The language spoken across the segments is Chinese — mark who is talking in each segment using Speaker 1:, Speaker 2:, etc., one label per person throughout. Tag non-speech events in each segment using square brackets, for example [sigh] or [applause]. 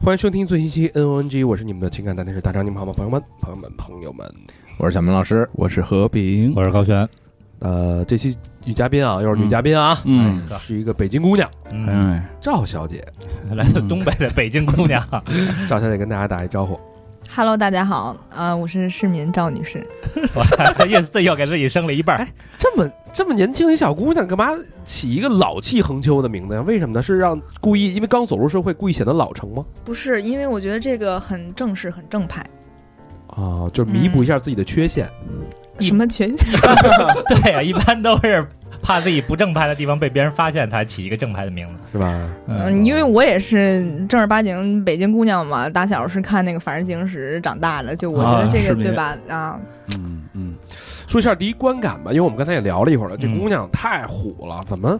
Speaker 1: 欢迎收听最新一期 NONG，我是你们的情感大天使大张，你们好吗，朋友们？朋友们，朋友们，
Speaker 2: 我是小明老师，我是何平。
Speaker 3: 我是高璇，
Speaker 1: 呃，这期女嘉宾啊，又是女嘉宾啊，
Speaker 2: 嗯
Speaker 1: 哎是一个北京姑娘
Speaker 3: 嗯，
Speaker 2: 哎，
Speaker 1: 赵小 [laughs] 姐，
Speaker 3: 来自东北的北京姑娘，
Speaker 1: 赵小姐跟大家打一招呼，
Speaker 4: Hello，大家好，啊，我是市民赵女士。
Speaker 3: 意思又给自己生了一半儿。
Speaker 1: 这么这么年轻一小姑娘，干嘛起一个老气横秋的名字呀？为什么呢？是让故意，因为刚走入社会，故意显得老成吗？
Speaker 4: 不是，因为我觉得这个很正式，很正派。
Speaker 1: 啊，就是弥补一下自己的缺陷。
Speaker 4: 什么群？
Speaker 3: 对啊，一般都是怕自己不正派的地方被别人发现，才起一个正派的名字。
Speaker 1: 是吧？
Speaker 3: 嗯，
Speaker 4: 嗯，因为我也是正儿八经北京姑娘嘛，打小是看那个《法制进行时》长大的，就我觉
Speaker 3: 啊
Speaker 4: 得这
Speaker 3: 市
Speaker 4: 个
Speaker 3: 民
Speaker 4: 对吧？啊，
Speaker 2: 嗯嗯，
Speaker 1: 说一下第一观感吧，因为我们刚才也聊了一会儿了，这
Speaker 3: 嗯
Speaker 1: 姑娘太虎了，怎么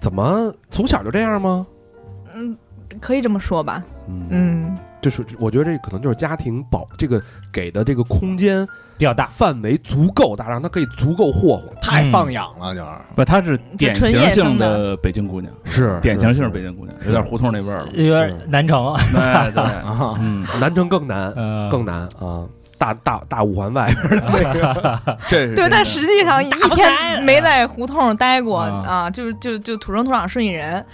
Speaker 1: 怎么从小就这样吗？
Speaker 4: 嗯，可以这么说吧。
Speaker 2: 嗯
Speaker 4: 嗯，
Speaker 1: 就是我觉得这可能就是家庭保这个给的这个空间
Speaker 3: 比较大，
Speaker 1: 范围足够大，让她可以足够霍霍。
Speaker 2: 太放养了，就是
Speaker 5: 不，她是典
Speaker 4: 纯野
Speaker 5: 型
Speaker 4: 生
Speaker 5: 性
Speaker 4: 的
Speaker 5: 的北京姑娘，
Speaker 1: 是
Speaker 5: 典型性的北 [laughs] 京姑娘，有点胡同那味儿了。
Speaker 3: 有点难成。
Speaker 5: 对对，
Speaker 1: 啊， [laughs]
Speaker 5: 嗯，
Speaker 1: 南城更难，
Speaker 3: 嗯，
Speaker 1: 更难啊！大大大五环外边的那个，
Speaker 5: 这是
Speaker 4: 对，
Speaker 5: 真的
Speaker 4: 但实际上一天没在胡同待过
Speaker 3: 啊
Speaker 4: 啊，就就就土生土长顺义人，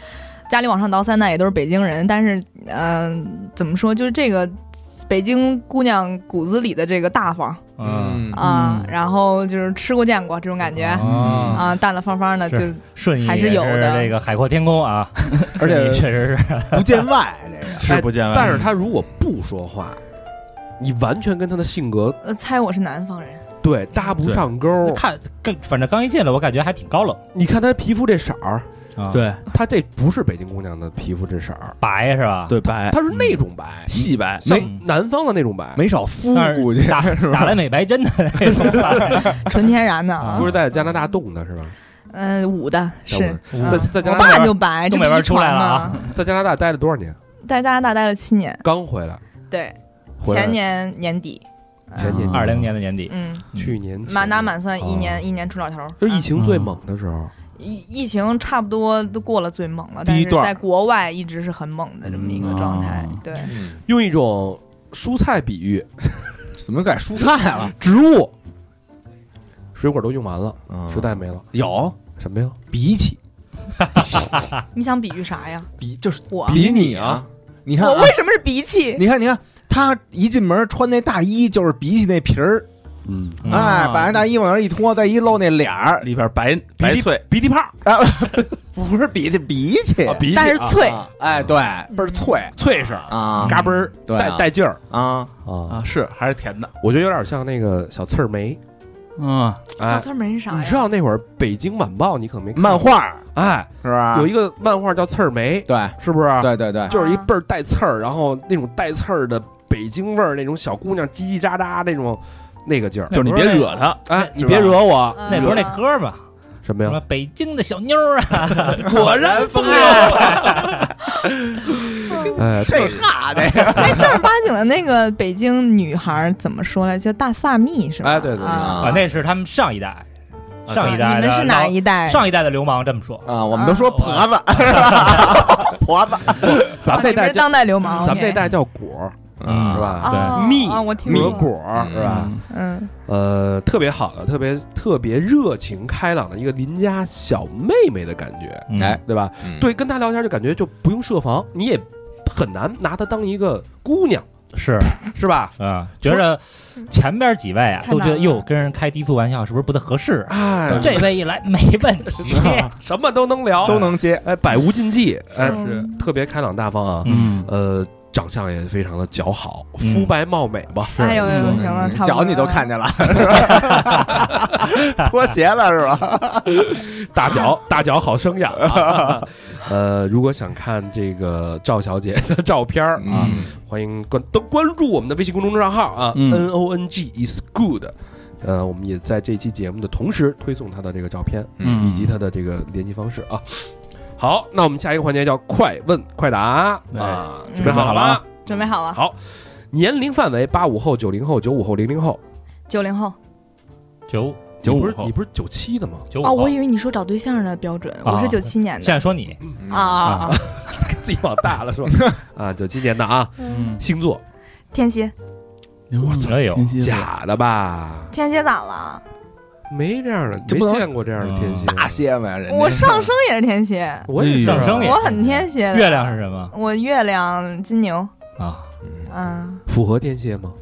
Speaker 4: 家里往上倒三代也都是北京人，但是嗯、怎么说，就是这个北京姑娘骨子里的这个大方
Speaker 3: 嗯，
Speaker 4: 啊，
Speaker 5: 嗯
Speaker 4: 然后就是吃过见过这种感觉。
Speaker 5: 嗯
Speaker 4: 啊，大大方方的，就是
Speaker 3: 顺义
Speaker 4: 还是有
Speaker 3: 也
Speaker 4: 的
Speaker 3: 这个海阔天空啊，
Speaker 2: 而且
Speaker 3: 顺义确实是
Speaker 2: 不见外这个。
Speaker 5: [laughs] 是不见外，
Speaker 1: 但是她如果不说话，你完全跟她的性格
Speaker 4: 呃猜我是南方
Speaker 1: [laughs]
Speaker 4: 人，
Speaker 1: 对搭不上钩儿。
Speaker 3: 看更反正刚一进来，我感觉还挺高冷
Speaker 1: 你看她皮肤这色儿，
Speaker 3: 啊，，
Speaker 5: 嗯对
Speaker 1: 她这不是北京姑娘的皮肤这色儿，
Speaker 3: 白是吧？，
Speaker 5: 对白，
Speaker 1: 她是那种白，
Speaker 5: 细白，
Speaker 1: 像
Speaker 3: 嗯
Speaker 1: 南方的那种白。
Speaker 2: 没少敷
Speaker 3: 但，
Speaker 2: 估计
Speaker 3: 是打打了美白针的那种吧，
Speaker 4: [laughs] 纯天然的啊
Speaker 1: 不，是在加拿大冻的是吧？
Speaker 4: 嗯，捂的是。
Speaker 3: 捂
Speaker 1: 在
Speaker 4: 啊
Speaker 1: 在加
Speaker 4: 我
Speaker 1: 拿大
Speaker 4: 爸就白，这
Speaker 3: 东
Speaker 4: 不
Speaker 3: 北边
Speaker 4: 遗
Speaker 3: 出来
Speaker 4: 传
Speaker 3: 了啊
Speaker 4: 吗？
Speaker 1: 在加拿大待了多少年？
Speaker 4: 在加拿大待了七年，
Speaker 1: 刚回来，
Speaker 4: 对，
Speaker 1: 回来
Speaker 4: 前年年底，嗯
Speaker 1: 前年
Speaker 3: 二零年的年底，
Speaker 4: 嗯，
Speaker 1: 啊去年嗯前
Speaker 4: 满打满算一年、
Speaker 1: 哦
Speaker 4: 一年出老头儿，
Speaker 1: 就是疫
Speaker 4: 啊
Speaker 1: 情最猛的时候，
Speaker 4: 疫疫情差不多都过了最猛了，但
Speaker 1: 第一
Speaker 4: 是
Speaker 1: 段哦
Speaker 4: 在国外一直是很猛的这么一个状态。
Speaker 5: 嗯
Speaker 4: 对，
Speaker 1: 用一种蔬菜比喻，
Speaker 2: 怎么改蔬菜了？
Speaker 1: 植物、水果都用完了，
Speaker 2: 嗯
Speaker 1: 实在没了，
Speaker 2: 有
Speaker 1: 什么呀？
Speaker 2: 比起
Speaker 4: 你想比喻啥呀？
Speaker 2: 比就是
Speaker 4: 我
Speaker 2: 比你啊，你看啊
Speaker 4: 我为什么是鼻涕？
Speaker 2: 你看你看他一进门穿那大衣就是比起那皮儿，
Speaker 5: 嗯，
Speaker 3: 嗯
Speaker 2: 哎，把那大衣往那儿一脱，再一露那脸儿，啊
Speaker 5: 里边白白脆，
Speaker 1: 鼻涕泡儿，
Speaker 2: [laughs] 不是比的比起，
Speaker 1: 啊鼻涕
Speaker 4: 但是脆，
Speaker 2: 啊哎，对，倍儿脆
Speaker 1: 脆声，
Speaker 3: 嗯
Speaker 2: 啊，
Speaker 1: 嘎嘣儿，
Speaker 2: 对
Speaker 1: 带
Speaker 2: 啊
Speaker 1: 带劲儿
Speaker 2: 啊，
Speaker 1: 啊！
Speaker 5: 啊，是还是甜的，
Speaker 1: 我觉得有点像那个小刺儿梅，
Speaker 5: 嗯，
Speaker 4: 小
Speaker 1: 哎，
Speaker 4: 村没人啥呀？
Speaker 1: 你知道那会儿《北京晚报》你可能没看
Speaker 2: 漫，画儿
Speaker 1: 哎，
Speaker 2: 是吧？
Speaker 1: 有一个漫画叫刺儿梅，
Speaker 2: 对
Speaker 1: 是不是？，
Speaker 2: 对对对，
Speaker 1: 就是一
Speaker 4: 啊
Speaker 1: 倍儿带刺儿，然后那种带刺儿的北京味儿，那种小姑娘叽叽喳喳那种那个劲儿，
Speaker 5: 就是你别惹她，
Speaker 1: 哎，你
Speaker 5: 是吧
Speaker 1: 别惹我
Speaker 4: 嗯
Speaker 3: 那不是那歌吗？
Speaker 1: 什么呀？
Speaker 3: 什么北京的小妞儿啊，
Speaker 2: 果 [laughs] 然风流，
Speaker 1: 哎，
Speaker 2: 这哈的，
Speaker 4: [laughs] 哎，正儿八经的那个北京女孩儿怎么说来？叫大萨蜜是吧？
Speaker 1: 哎对对对
Speaker 4: 啊
Speaker 3: 啊，那是他们上一代，上一代
Speaker 4: 你
Speaker 3: 的
Speaker 4: 们是哪一代？
Speaker 3: 上一代的流氓这么说，
Speaker 2: 啊，我们都说婆子，是吧婆子，
Speaker 1: 咱们
Speaker 4: 啊
Speaker 1: 那
Speaker 4: 你们
Speaker 1: 代
Speaker 4: 是
Speaker 1: 叫
Speaker 4: 当代流氓，
Speaker 1: 咱们那
Speaker 4: OK
Speaker 1: 代叫果儿，
Speaker 3: 嗯
Speaker 1: 是吧？
Speaker 4: 啊
Speaker 1: 蜜
Speaker 4: 啊，我听
Speaker 1: 蜜
Speaker 4: 过。
Speaker 1: 果儿是吧？
Speaker 4: 嗯，
Speaker 1: 呃，特别好的，特别特别热情开朗的一个邻家小妹妹的感觉，
Speaker 3: 嗯
Speaker 2: 哎，
Speaker 1: 对吧？
Speaker 2: 嗯
Speaker 1: 对，跟她聊天就感觉就不用设防，你也很难拿她当一个姑娘，
Speaker 3: 是
Speaker 4: [laughs]
Speaker 1: 是吧？
Speaker 3: 啊，觉着前边几位啊
Speaker 4: 太
Speaker 3: 都觉得
Speaker 4: 难了
Speaker 3: 哟，跟人开低俗玩笑是不是不太合适？啊
Speaker 1: 哎，
Speaker 3: 这位一来没问
Speaker 4: [laughs]
Speaker 3: 题，
Speaker 4: 哎
Speaker 1: 什么都能聊，
Speaker 2: 都能接，
Speaker 1: 哎，百无禁忌，哎，
Speaker 4: 嗯
Speaker 5: 是
Speaker 1: 特别开朗大方啊。
Speaker 3: [laughs] 嗯，
Speaker 1: 呃，长相也非常的姣好，
Speaker 3: 嗯
Speaker 1: 肤白貌美吧？
Speaker 4: 哎呦呦呦，行了，差不多了。
Speaker 2: 嗯脚你都看见了，是吧 [laughs] 脱鞋了是吧？
Speaker 1: [laughs] 大脚大脚好生养啊！ [laughs] 呃，如果想看这个赵小姐的照片儿啊，
Speaker 5: 嗯
Speaker 1: 欢迎关都关注我们的微信公众账号啊、
Speaker 5: 嗯
Speaker 1: n O N G is good。呃，我们也在这期节目的同时推送她的这个照片，
Speaker 5: 嗯
Speaker 1: 以及她的这个联系方式啊。好，那我们下一个环节叫快问快答
Speaker 5: 对
Speaker 1: 啊，
Speaker 4: 嗯
Speaker 1: 准备好了吗？
Speaker 4: 准备好了，
Speaker 1: 好，年龄范围八五后、九零后、九五后、零零后。
Speaker 4: 九零后
Speaker 3: 九
Speaker 1: 你不是
Speaker 5: 95后
Speaker 1: 你不是九七的吗？ [laughs]
Speaker 3: 九五
Speaker 4: 哦，
Speaker 3: 后
Speaker 4: 我。以为你说找对象的标准，
Speaker 3: 啊
Speaker 4: 我是九七年
Speaker 3: 现在
Speaker 4: 的
Speaker 3: 说你
Speaker 2: 嗯
Speaker 4: 啊啊，啊
Speaker 1: 自己往大了说啊，九七年的啊，
Speaker 4: 嗯，
Speaker 1: 星座
Speaker 4: 天蝎，
Speaker 5: 我
Speaker 3: 操哎呦
Speaker 5: 天蝎座
Speaker 1: 假的吧？
Speaker 4: 天蝎咋了？
Speaker 1: 没这样的，
Speaker 2: 这
Speaker 1: 没
Speaker 2: 不能
Speaker 1: 见过这样的天蝎。
Speaker 5: 啊
Speaker 2: 大
Speaker 5: 嗯
Speaker 2: 蝎子呀，人家
Speaker 4: 我上升也是天蝎，
Speaker 1: 我也是啊
Speaker 3: 上升也
Speaker 4: 我很天蝎的。
Speaker 3: 月亮是什么
Speaker 4: 我月亮金牛，
Speaker 3: 啊？
Speaker 4: 嗯，
Speaker 1: 符合天蝎吗？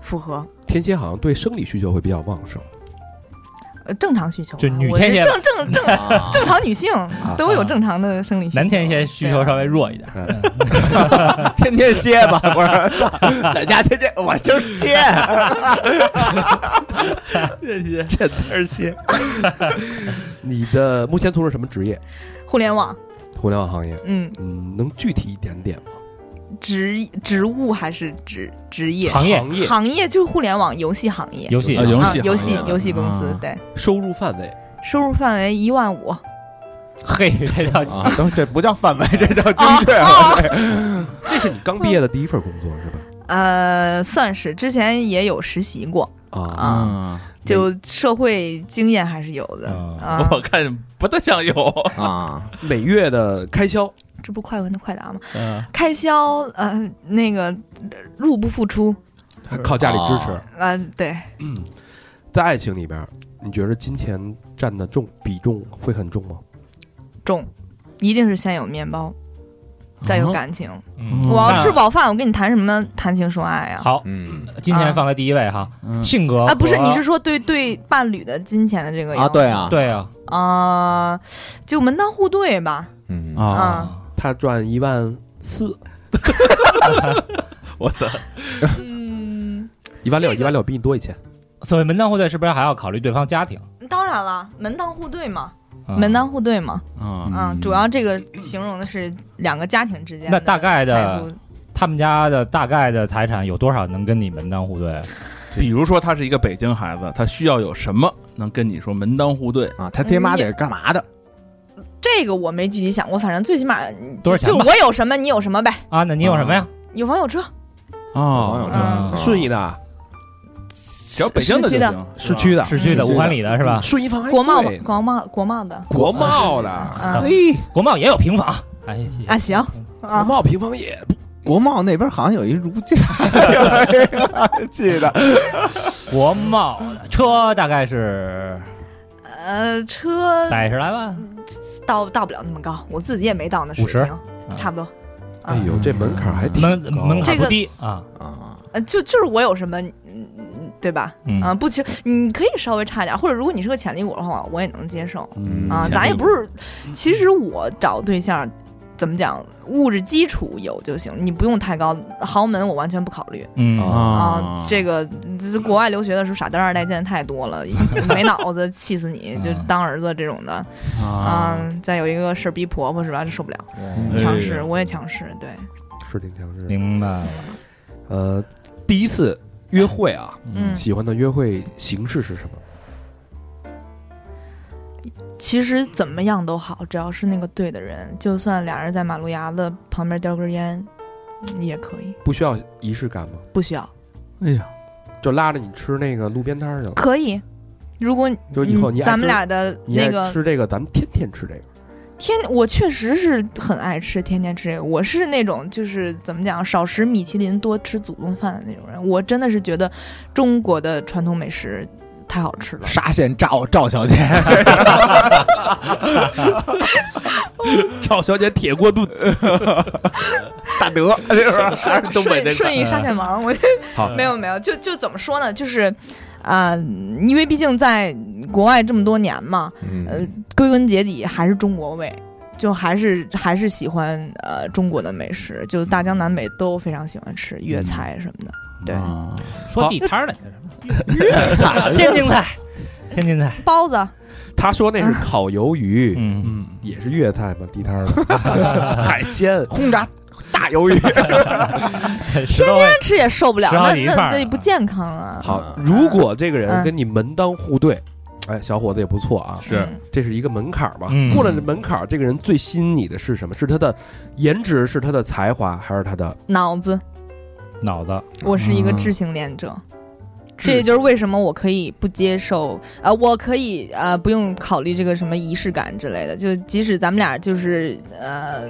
Speaker 4: 符合
Speaker 1: 天蝎好像对生理需求会比较旺盛，
Speaker 4: 呃正常需求吧，
Speaker 3: 就女
Speaker 4: 我这
Speaker 3: 天蝎
Speaker 4: 正正正正常女性都有正常的生理需求，啊
Speaker 3: 男天蝎需求稍微弱一点，
Speaker 2: [laughs] 天天蝎 [laughs] 子，不是在家天天我就是蝎，
Speaker 5: 啊
Speaker 1: 欠天蝎。 [laughs] 你的目前从事什么职业？
Speaker 4: 互联网，
Speaker 1: 互联网行业，
Speaker 4: 嗯，
Speaker 1: 嗯，能具体一点点吗？
Speaker 4: 职职务还是职职业
Speaker 3: 行业
Speaker 1: 行业
Speaker 4: 行业就是互联网游戏行业，
Speaker 3: 游戏
Speaker 5: 啊游
Speaker 3: [laughs]
Speaker 4: 啊
Speaker 5: 戏
Speaker 4: 游
Speaker 5: 行
Speaker 4: 戏
Speaker 5: 业的
Speaker 4: 游戏公司
Speaker 5: 啊
Speaker 4: 对，
Speaker 1: 收入范围，
Speaker 4: 收入范围一万五，
Speaker 3: 嘿，这叫
Speaker 2: 啊，都这不叫范围，这叫精
Speaker 4: 啊
Speaker 2: 确了。这
Speaker 1: 这是你刚毕业的第一份工作是吧？
Speaker 4: 呃，算是之前也有实习过，
Speaker 1: 啊，
Speaker 4: 啊
Speaker 5: 啊，
Speaker 4: 就社会经验还是有的
Speaker 3: 啊
Speaker 4: 啊。
Speaker 5: 我看不大像有，
Speaker 2: 啊，
Speaker 1: 每月的开销
Speaker 4: 这不快问的快答吗？
Speaker 5: 嗯，
Speaker 4: 开销呃，那个入不敷出，
Speaker 1: 靠家里支持
Speaker 2: 哦。
Speaker 4: 呃，对，
Speaker 1: 在爱情里边，你觉得金钱占的重比重会很重吗？
Speaker 4: 重，一定是先有面包，再有感情。
Speaker 3: 哦嗯
Speaker 4: 我要
Speaker 3: 那
Speaker 4: 吃饱饭，我跟你谈什么谈情说爱啊？
Speaker 3: 好，
Speaker 2: 嗯
Speaker 3: 今天放在第一位哈，
Speaker 5: 嗯
Speaker 3: 性格
Speaker 4: 啊，不是，
Speaker 3: 和
Speaker 4: 你是说对对伴侣的金钱的这个
Speaker 2: 啊，对啊，
Speaker 3: 对啊
Speaker 4: 啊、就门当户对吧？
Speaker 2: 嗯啊，
Speaker 5: 啊，
Speaker 1: 他赚一万四，
Speaker 5: 我操，
Speaker 4: 嗯，
Speaker 1: 一万六，
Speaker 4: 这
Speaker 1: 一
Speaker 4: 个
Speaker 1: 万六比你多一千。
Speaker 3: 所谓门当户对，是不是还要考虑对方家庭？
Speaker 4: 当然了，门当户对嘛，
Speaker 3: 啊
Speaker 4: 门当户对嘛。
Speaker 5: 啊，
Speaker 4: 嗯，主要这个形容的是两个家庭之间的
Speaker 3: 那大概
Speaker 4: 财
Speaker 3: 的
Speaker 4: 富
Speaker 3: 他们家的大概的财产有多少能跟你门当户对？
Speaker 5: 比如说他是一个北京孩子，他需要有什么能跟你说门当户对？
Speaker 2: 啊，他爹
Speaker 4: 嗯
Speaker 2: 妈得干嘛的？
Speaker 4: 这个我没具体想过，反正最起码
Speaker 3: 多少钱吧
Speaker 4: 就就是我有什么你有什么呗，
Speaker 3: 啊，那你有什么呀？
Speaker 4: 有房有车，
Speaker 2: 网友
Speaker 5: 哦，
Speaker 4: 嗯
Speaker 3: 啊
Speaker 1: 顺义的，
Speaker 5: 只要北京的就
Speaker 4: 市区的
Speaker 5: 行，
Speaker 1: 市区的，
Speaker 3: 市区的，
Speaker 2: 市区的
Speaker 3: 五环里的是吧？
Speaker 1: 顺义房还
Speaker 4: 国贸
Speaker 1: 贵呢
Speaker 4: 国贸国贸的
Speaker 1: 国贸的，
Speaker 4: 啊
Speaker 2: 嘿，
Speaker 3: 国贸也有平房。哎呀，
Speaker 4: 啊行
Speaker 1: 国
Speaker 3: 嗯
Speaker 4: 啊，
Speaker 1: 贸平方也
Speaker 2: 国贸那边好像有一如家，记得
Speaker 3: 国贸的车大概是
Speaker 4: 呃车
Speaker 3: 百十来万，
Speaker 4: 到到不了那么高，我自己也没到那水
Speaker 3: 50
Speaker 4: 平，差不多。嗯
Speaker 1: 哎呦，这门槛还挺
Speaker 3: 门
Speaker 1: 高
Speaker 3: 门槛不低啊。
Speaker 2: 啊，
Speaker 4: 呃，就就是我有什么，嗯嗯，对吧？
Speaker 3: 嗯
Speaker 4: 啊，不求，你可以稍微差点，或者如果你是个潜力股的话，我也能接受
Speaker 1: 嗯
Speaker 4: 啊。
Speaker 5: 潜力
Speaker 4: 咱也
Speaker 5: 股
Speaker 4: 不是，其实我找对象，怎么讲，物质基础有就行，你不用太高，豪门我完全不考虑。
Speaker 3: 嗯
Speaker 4: 啊，这个这国外留学的时候傻蛋二代见太多了，没脑子，气死你！就当儿子这种的啊，，再有一个事儿逼婆婆是吧？这受不了，
Speaker 1: 嗯
Speaker 4: 强势，我也强势，对，
Speaker 1: 是挺强势的。
Speaker 3: 明白了。
Speaker 1: 呃，第一次约会啊，
Speaker 4: 嗯，
Speaker 1: 喜欢的约会形式是什么？
Speaker 4: 其实怎么样都好，只要是那个对的人，就算俩人在马路牙子旁边叼根烟，也可以，
Speaker 1: 不需要仪式感吗？
Speaker 4: 不需要，
Speaker 5: 哎呀，
Speaker 1: 就拉着你吃那个路边摊儿去了，
Speaker 4: 可以。如果
Speaker 1: 就以后
Speaker 4: 嗯
Speaker 1: 你爱吃
Speaker 4: 咱们俩的
Speaker 1: 你
Speaker 4: 那
Speaker 1: 爱
Speaker 4: 个
Speaker 1: 吃这个，咱们天天吃这个。
Speaker 4: 天，我确实是很爱吃，天天吃这个。我是那种就是怎么讲，少食米其林，多吃祖宗饭的那种人。我真的是觉得中国的传统美食太好吃
Speaker 1: [laughs]
Speaker 4: 了。
Speaker 2: 沙县赵赵小
Speaker 5: [laughs]
Speaker 2: 姐，
Speaker 1: 赵小姐铁锅炖，
Speaker 2: [laughs] 大德，这是
Speaker 5: [laughs]
Speaker 2: 啊
Speaker 5: 还是东北
Speaker 4: 顺
Speaker 5: 那
Speaker 4: 顺
Speaker 5: 个
Speaker 4: 义沙县王，我
Speaker 1: 好
Speaker 3: 嗯
Speaker 4: 没有没有，就就怎么说呢？就是，啊、因为毕竟在国外这么多年嘛，
Speaker 1: 嗯
Speaker 4: 呃，归根结底还是中国味，就还是还是喜欢呃中国的美食，就大江南北都非常喜欢吃粤
Speaker 2: [laughs]
Speaker 4: 菜什么的。对，
Speaker 5: 啊
Speaker 3: 说地摊儿的，
Speaker 2: 粤菜，
Speaker 3: 天津菜，天津菜，
Speaker 4: 包子，
Speaker 1: 他说那是烤鱿鱼，
Speaker 3: 嗯，
Speaker 5: 嗯，
Speaker 1: 也是粤菜嘛，地摊儿的海鲜。
Speaker 2: 轰炸大鱿鱼，
Speaker 3: 石头味
Speaker 4: 那吃也受不了，
Speaker 3: 十好
Speaker 4: 那
Speaker 3: 几一
Speaker 4: 那
Speaker 3: 份儿
Speaker 4: 那也
Speaker 3: 啊
Speaker 4: 不健康啊。
Speaker 1: 好，如果这个人跟你门当户对，哎，小伙子也不错啊，
Speaker 5: 是
Speaker 4: 嗯
Speaker 1: 这是一个门槛儿吧？
Speaker 3: 嗯
Speaker 1: 过了这门槛儿，这个人最吸引你的是什么？是他的颜值，是他的才华，还是他的？
Speaker 4: 脑子，
Speaker 3: 脑子，
Speaker 4: 我是一个
Speaker 5: 嗯
Speaker 4: 智性恋者。这也就是为什么我可以不接受，呃，我可以呃不用考虑这个什么仪式感之类的，就即使咱们俩就是呃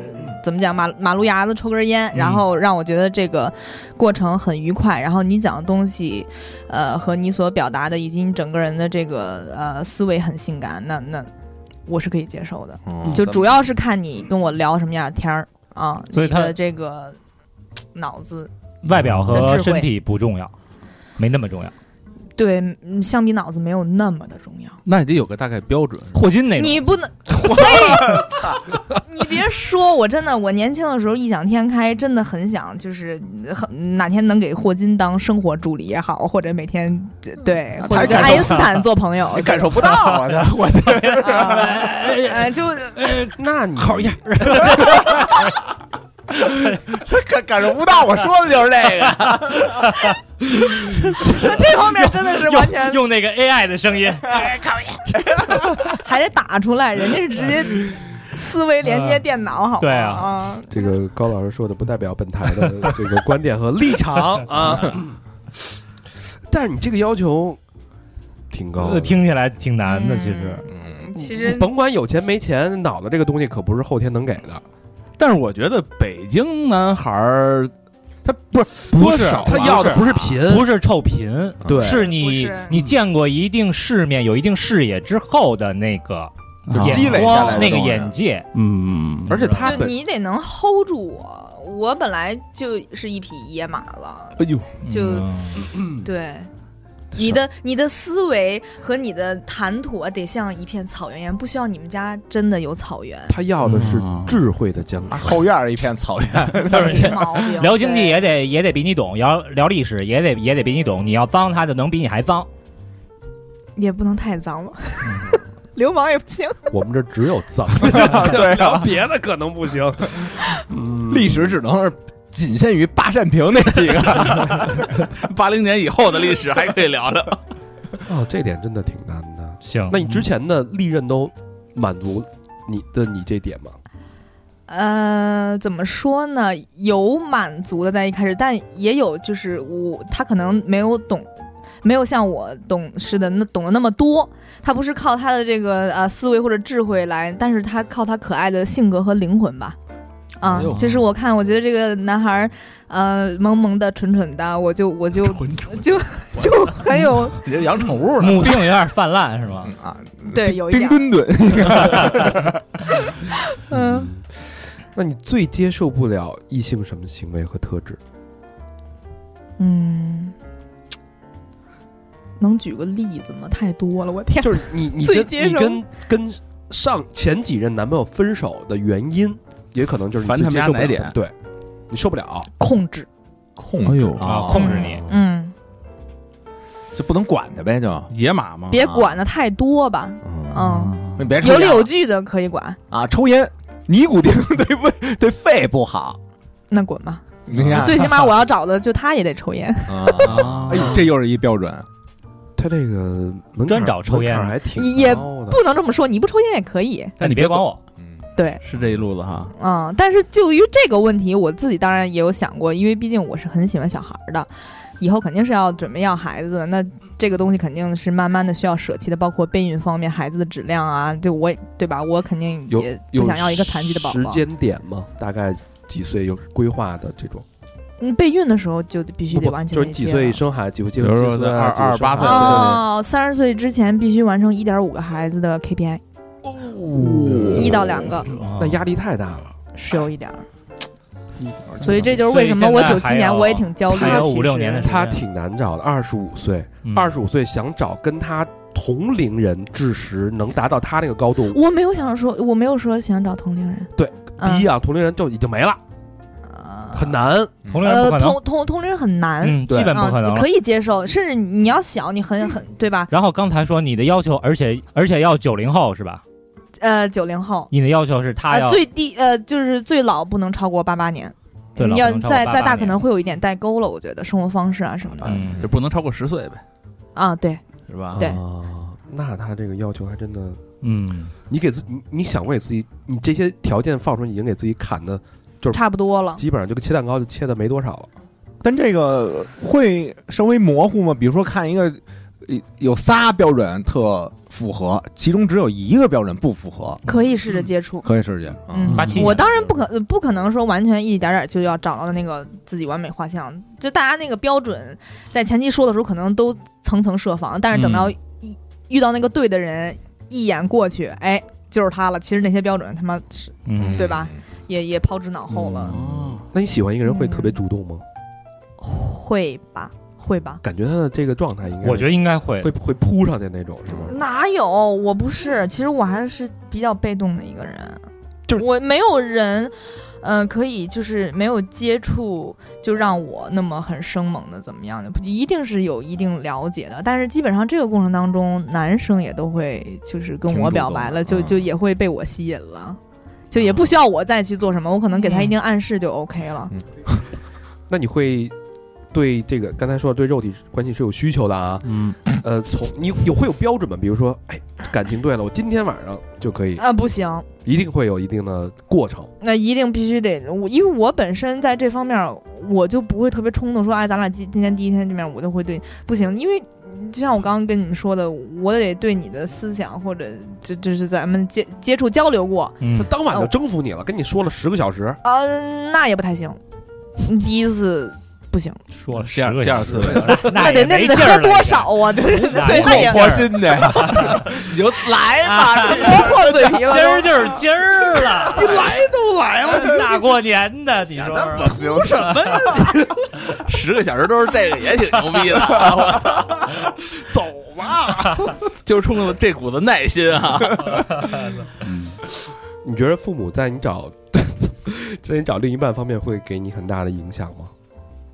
Speaker 4: 怎么讲马马路牙子抽根烟，
Speaker 3: 嗯
Speaker 4: 然后让我觉得这个过程很愉快，然后你讲的东西，呃和你所表达的以及你整个人的这个呃思维很性感，那那我是可以接受的，
Speaker 3: 哦
Speaker 2: 哦
Speaker 4: 就主要是看你跟我聊什么样的天儿啊，
Speaker 3: 所以
Speaker 4: 你
Speaker 3: 他
Speaker 4: 的这个脑子
Speaker 3: 外表和
Speaker 4: 跟智慧
Speaker 3: 身体不重要，没那么重要。
Speaker 4: 对，嗯相比脑子没有那么的重要。
Speaker 5: 那也得有个大概标准。
Speaker 3: 霍金那种，
Speaker 4: 你不能，嘿，你别说，我真的，我年轻的时候异想天开，真的很想，就是很哪天能给霍金当生活助理也好，或者每天对，或者
Speaker 2: 太
Speaker 4: 跟
Speaker 2: 感
Speaker 4: 爱
Speaker 2: 受
Speaker 4: 因斯坦做朋友，
Speaker 2: 感受不到啊！这我
Speaker 5: [laughs]
Speaker 2: 这
Speaker 4: 啊哎就 [laughs]
Speaker 1: 那你考验
Speaker 2: [laughs] 感感受不到，我说的就是这个。
Speaker 4: 这方面真的是完全
Speaker 3: 用用那个 AI 的声音，
Speaker 4: 还得打出来，人家是直接思维连接电脑，好吗
Speaker 3: 对啊
Speaker 4: 啊，
Speaker 1: 这个高老师说的不代表本台的 [laughs] 这个观点和立场啊。但是你这个要求挺高的，
Speaker 3: 呃听起来挺难的，其实
Speaker 2: 嗯，
Speaker 4: 其实
Speaker 1: 甭管有钱没钱，脑子这个东西可不是后天能给的。
Speaker 5: [laughs] 但是我觉得北京男孩儿
Speaker 1: 他不是
Speaker 3: 不
Speaker 1: 多
Speaker 3: 是
Speaker 1: 少
Speaker 3: 他
Speaker 1: 他要的不
Speaker 5: 啊
Speaker 1: 是贫，
Speaker 3: 不是臭贫，
Speaker 1: 对
Speaker 3: 是
Speaker 4: 不
Speaker 3: 你
Speaker 4: 是嗯
Speaker 3: 你见过一定世面、有一定视野之后的那个
Speaker 5: 啊
Speaker 2: 积累
Speaker 3: 眼
Speaker 2: 下来
Speaker 3: 光、
Speaker 2: 的
Speaker 3: 那个
Speaker 2: 东西
Speaker 3: 眼界，
Speaker 5: 嗯，
Speaker 1: 而且他
Speaker 4: 就
Speaker 1: 本
Speaker 4: 你得能 hold 住我，我本来就是一匹野马了，
Speaker 1: 哎呦，
Speaker 4: 就
Speaker 3: 嗯啊
Speaker 4: 对。你的你的思维和你的谈吐啊得像一片草原一样，不需要你们家真的有草原，
Speaker 1: 他要的是
Speaker 5: 嗯
Speaker 1: 智慧的疆土。
Speaker 2: 后院儿一片草原， [laughs]
Speaker 1: 嗯
Speaker 3: 就是
Speaker 4: [laughs] 没毛病。
Speaker 3: 聊经济
Speaker 4: 对
Speaker 3: 也得也得比你懂，聊聊历史也得也得比你懂。你要脏，他就能比你还脏。
Speaker 4: 也不能太脏了，
Speaker 3: 嗯
Speaker 4: [laughs] 流氓也不行。
Speaker 1: 我们这儿只有脏，
Speaker 2: 对啊，
Speaker 1: 别的可能不行。嗯，
Speaker 2: 历史只能是仅限于八扇屏那几
Speaker 5: [laughs]
Speaker 2: 个。
Speaker 5: 八零年以后的历史还可以聊聊。
Speaker 1: 哦，这点真的挺难的。
Speaker 3: 行
Speaker 1: 那你之前的历任都满足你的你这点吗？
Speaker 4: 呃，怎么说呢？有满足的在一开始，但也有就是我他可能没有懂，没有像我懂似的那懂得那么多。他不是靠他的这个呃思维或者智慧来，但是他靠他可爱的性格和灵魂吧。啊
Speaker 5: 哎呦，
Speaker 4: 就是我看，我觉得这个男孩儿，呃，萌萌的、蠢蠢的，我就我就就 [laughs] 就很有
Speaker 5: 你这养宠物
Speaker 2: 嗯
Speaker 5: 呢？
Speaker 3: 母性有点泛滥是
Speaker 1: 嗯
Speaker 3: 吗？
Speaker 2: 啊，
Speaker 4: 对有一
Speaker 2: 冰
Speaker 4: 点，
Speaker 2: 墩墩，
Speaker 4: 嗯，
Speaker 1: 那你最接受不了异性什么行为和特质？
Speaker 4: 嗯，能举个例子吗？太多了，我天！
Speaker 1: 就是你你
Speaker 4: 最
Speaker 1: 跟
Speaker 4: 接
Speaker 1: 你
Speaker 4: 受
Speaker 1: 跟跟上前几任男朋友分手的原因，也可能就是你
Speaker 5: 烦
Speaker 1: 最
Speaker 5: 他们
Speaker 1: 接
Speaker 5: 家
Speaker 1: 受不
Speaker 5: 哪
Speaker 1: 了
Speaker 5: 点
Speaker 1: 的对，你受不了。
Speaker 4: 控制，
Speaker 2: 控
Speaker 5: 哎呦
Speaker 1: 哦
Speaker 3: 啊，控制你，
Speaker 4: 嗯，
Speaker 2: 就不能管他呗，就
Speaker 5: 野马
Speaker 1: 嗯
Speaker 5: 吗？
Speaker 4: 别管的太多吧，嗯，
Speaker 2: 你
Speaker 1: 哎
Speaker 2: 别
Speaker 1: 啊
Speaker 4: 有理有据的可以管，
Speaker 2: 啊，抽烟，尼古丁 [laughs] 对胃对肺不好。
Speaker 4: 那滚
Speaker 1: [laughs]
Speaker 4: 吧。
Speaker 2: 你看，
Speaker 4: 啊最起码我要找的就他也得抽烟，
Speaker 2: 啊，哎呦，这又是一标准。
Speaker 1: 他这个门槛
Speaker 3: 专找抽烟
Speaker 1: 门槛还挺
Speaker 4: 也
Speaker 1: 高的
Speaker 4: 不能这么说，你不抽烟也可以。
Speaker 3: 但你别管我，
Speaker 2: 嗯，
Speaker 4: 对，
Speaker 5: 是这一路子哈。
Speaker 4: 嗯，但是就于这个问题，我自己当然也有想过，因为毕竟我是很喜欢小孩儿的，以后肯定是要准备要孩子的，那这个东西肯定是慢慢的需要舍弃的，包括备孕方面、孩子的质量啊，就我对吧？我肯定
Speaker 1: 有
Speaker 4: 也
Speaker 1: 有
Speaker 4: 不想要一个残疾的宝
Speaker 1: 时
Speaker 4: 宝。
Speaker 1: 间点吗？大概几岁有规划的这种？
Speaker 4: 嗯，备孕的时候就必须得
Speaker 1: 不
Speaker 4: 完
Speaker 1: 不
Speaker 4: 全
Speaker 1: 就是
Speaker 4: 理
Speaker 1: 几
Speaker 4: 解
Speaker 1: 岁
Speaker 4: 了
Speaker 1: 生孩子，几岁结
Speaker 5: 比
Speaker 1: 婚，
Speaker 5: 如
Speaker 1: 几
Speaker 5: 说
Speaker 1: 岁
Speaker 5: 二二八岁
Speaker 1: 哦，
Speaker 4: 哦，三十岁之前必须完成一点五个孩子的 KPI，一
Speaker 1: 哦
Speaker 4: 到两个
Speaker 3: 嗯
Speaker 1: 那压力太大了。
Speaker 4: 是有一点儿，
Speaker 1: 嗯
Speaker 4: 所以这就是为什么
Speaker 3: 所以
Speaker 4: 我
Speaker 3: 现在
Speaker 4: 九七年
Speaker 3: 还有
Speaker 4: 我也挺焦虑
Speaker 3: 还
Speaker 4: 的。
Speaker 3: 有
Speaker 4: 其实
Speaker 3: 5-6年的时间
Speaker 1: 他挺难找的，二十五岁，
Speaker 3: 嗯
Speaker 1: 二十五岁想找跟他同龄人至时能达到他那个高度，
Speaker 4: 我没有想说，我没有说想找同龄人。
Speaker 1: 对
Speaker 4: 嗯，
Speaker 1: 第一啊，同龄人就已经没了。
Speaker 4: 呃
Speaker 1: 很难。
Speaker 3: 同龄人
Speaker 4: 呃
Speaker 3: 不可，能，
Speaker 4: 同同同龄很难，
Speaker 3: 嗯，
Speaker 2: 对
Speaker 3: 基本不可能
Speaker 4: 啊，
Speaker 3: 了。
Speaker 4: 可以接受，甚至你要小，你
Speaker 3: [laughs]
Speaker 4: 很很对吧？
Speaker 3: 然后刚才说你的要求，而且而且要九零后是吧？
Speaker 4: 呃，九零后。
Speaker 3: 你的要求是他
Speaker 4: 啊，
Speaker 3: 要
Speaker 4: 最低呃，就是最老不能超过八八年，
Speaker 3: 对老
Speaker 4: 要
Speaker 3: 不能超过
Speaker 4: 再再
Speaker 3: 88
Speaker 4: 大可
Speaker 3: 年
Speaker 4: 能会有一点代沟了，我觉得生活方式啊什么的
Speaker 3: 嗯
Speaker 5: 哎就不能超过十岁呗，
Speaker 4: 啊，对，
Speaker 5: 是吧？
Speaker 4: 对
Speaker 1: 啊那他这个要求还真的，
Speaker 3: 嗯，
Speaker 1: 你给自你你想过给自己，你这些条件放出来，已经给自己砍的，
Speaker 4: 哦差不多了。
Speaker 2: 嗯
Speaker 1: 基本上就跟切蛋糕就切的没多少了。
Speaker 2: 但这个会稍微模糊吗？比如说看一个。嗯有仨标准特符合，其中只有一个标准不符合，
Speaker 4: 可以试着接触。
Speaker 2: 可以啊试去。
Speaker 4: 嗯
Speaker 3: 87年
Speaker 4: 我当然不可不可能说完全一点点就要找到那个自己完美画像，就大家那个标准在前期说的时候可能都层层设防，但是等到
Speaker 3: 嗯
Speaker 4: 一、遇到那个对的人，一眼过去，哎，就是他了。其实那些标准他妈是
Speaker 3: 嗯
Speaker 4: 对吧？也也抛之脑后了，
Speaker 2: 嗯
Speaker 1: 哦，那你喜欢一个人会特别主动吗？
Speaker 4: 会吧，会吧。
Speaker 1: 感觉他的这个状态应该，
Speaker 3: 我觉得应该会
Speaker 1: 嗯会会扑上去那种，是吗？
Speaker 4: 哪有？我不是，其实我还是比较被动的一个人，
Speaker 1: 就是
Speaker 4: 我没有人，嗯、可以就是没有接触，就让我那么很生猛的怎么样的，不一定是有一定了解的，但是基本上这个过程当中，男生也都会就是跟
Speaker 2: 挺主
Speaker 4: 我
Speaker 2: 动
Speaker 4: 表白了，就
Speaker 2: 嗯
Speaker 4: 就也会被我吸引了。就也不需要我再去做什么，我可能给他
Speaker 2: 嗯
Speaker 4: 一定暗示就 OK 了。
Speaker 1: 那你会对这个刚才说的对肉体关系是有需求的啊？
Speaker 5: 嗯，
Speaker 1: 呃，从你有会有标准吗？比如说，哎，感情对了，我今天晚上就可以，
Speaker 2: 嗯
Speaker 4: 啊、不行，
Speaker 1: 一定会有一定的过程。
Speaker 4: 那一定必须得我，因为我本身在这方面儿我就不会特别冲动说，哎，咱俩今今天第一天见面，我就会对你不行，因为就像我刚刚跟你们说的，我得对你的思想或者就就是咱们接接触交流过，
Speaker 1: 他
Speaker 3: 嗯，
Speaker 1: 当
Speaker 4: 哦
Speaker 1: 晚就征服你了，跟你说了十个小时，
Speaker 4: 呃，那也不太行，第一次不行，
Speaker 3: 说了
Speaker 5: 第
Speaker 3: 十
Speaker 5: 二
Speaker 3: 个
Speaker 5: 第二
Speaker 3: 小时
Speaker 5: 次
Speaker 3: 了，
Speaker 5: 呗，
Speaker 3: 那
Speaker 4: 得
Speaker 3: 也
Speaker 4: 那
Speaker 3: 没
Speaker 4: 得
Speaker 3: 劲儿
Speaker 4: 喝
Speaker 3: 了
Speaker 4: 多？少啊？就是
Speaker 3: 那
Speaker 4: 对，
Speaker 3: 也
Speaker 4: 那也
Speaker 2: 破心的呀， [laughs] 你就来吧，
Speaker 4: 磨破嘴皮
Speaker 3: 啊 [laughs] 今儿哎
Speaker 4: 了都。
Speaker 3: 就是今儿了， [laughs]
Speaker 2: 你来都来了，
Speaker 3: 大过年 [laughs] 的，你
Speaker 2: 想
Speaker 3: 说
Speaker 2: 着
Speaker 3: 说
Speaker 2: 我图什么呀？
Speaker 5: [laughs] 十个小时都是这个，也挺牛逼的。啊我操，走吧， [laughs] 就是冲着这股子耐心啊。
Speaker 1: 你觉得父母在你找 [laughs] 在你找另一半方面会给你很大的影响吗？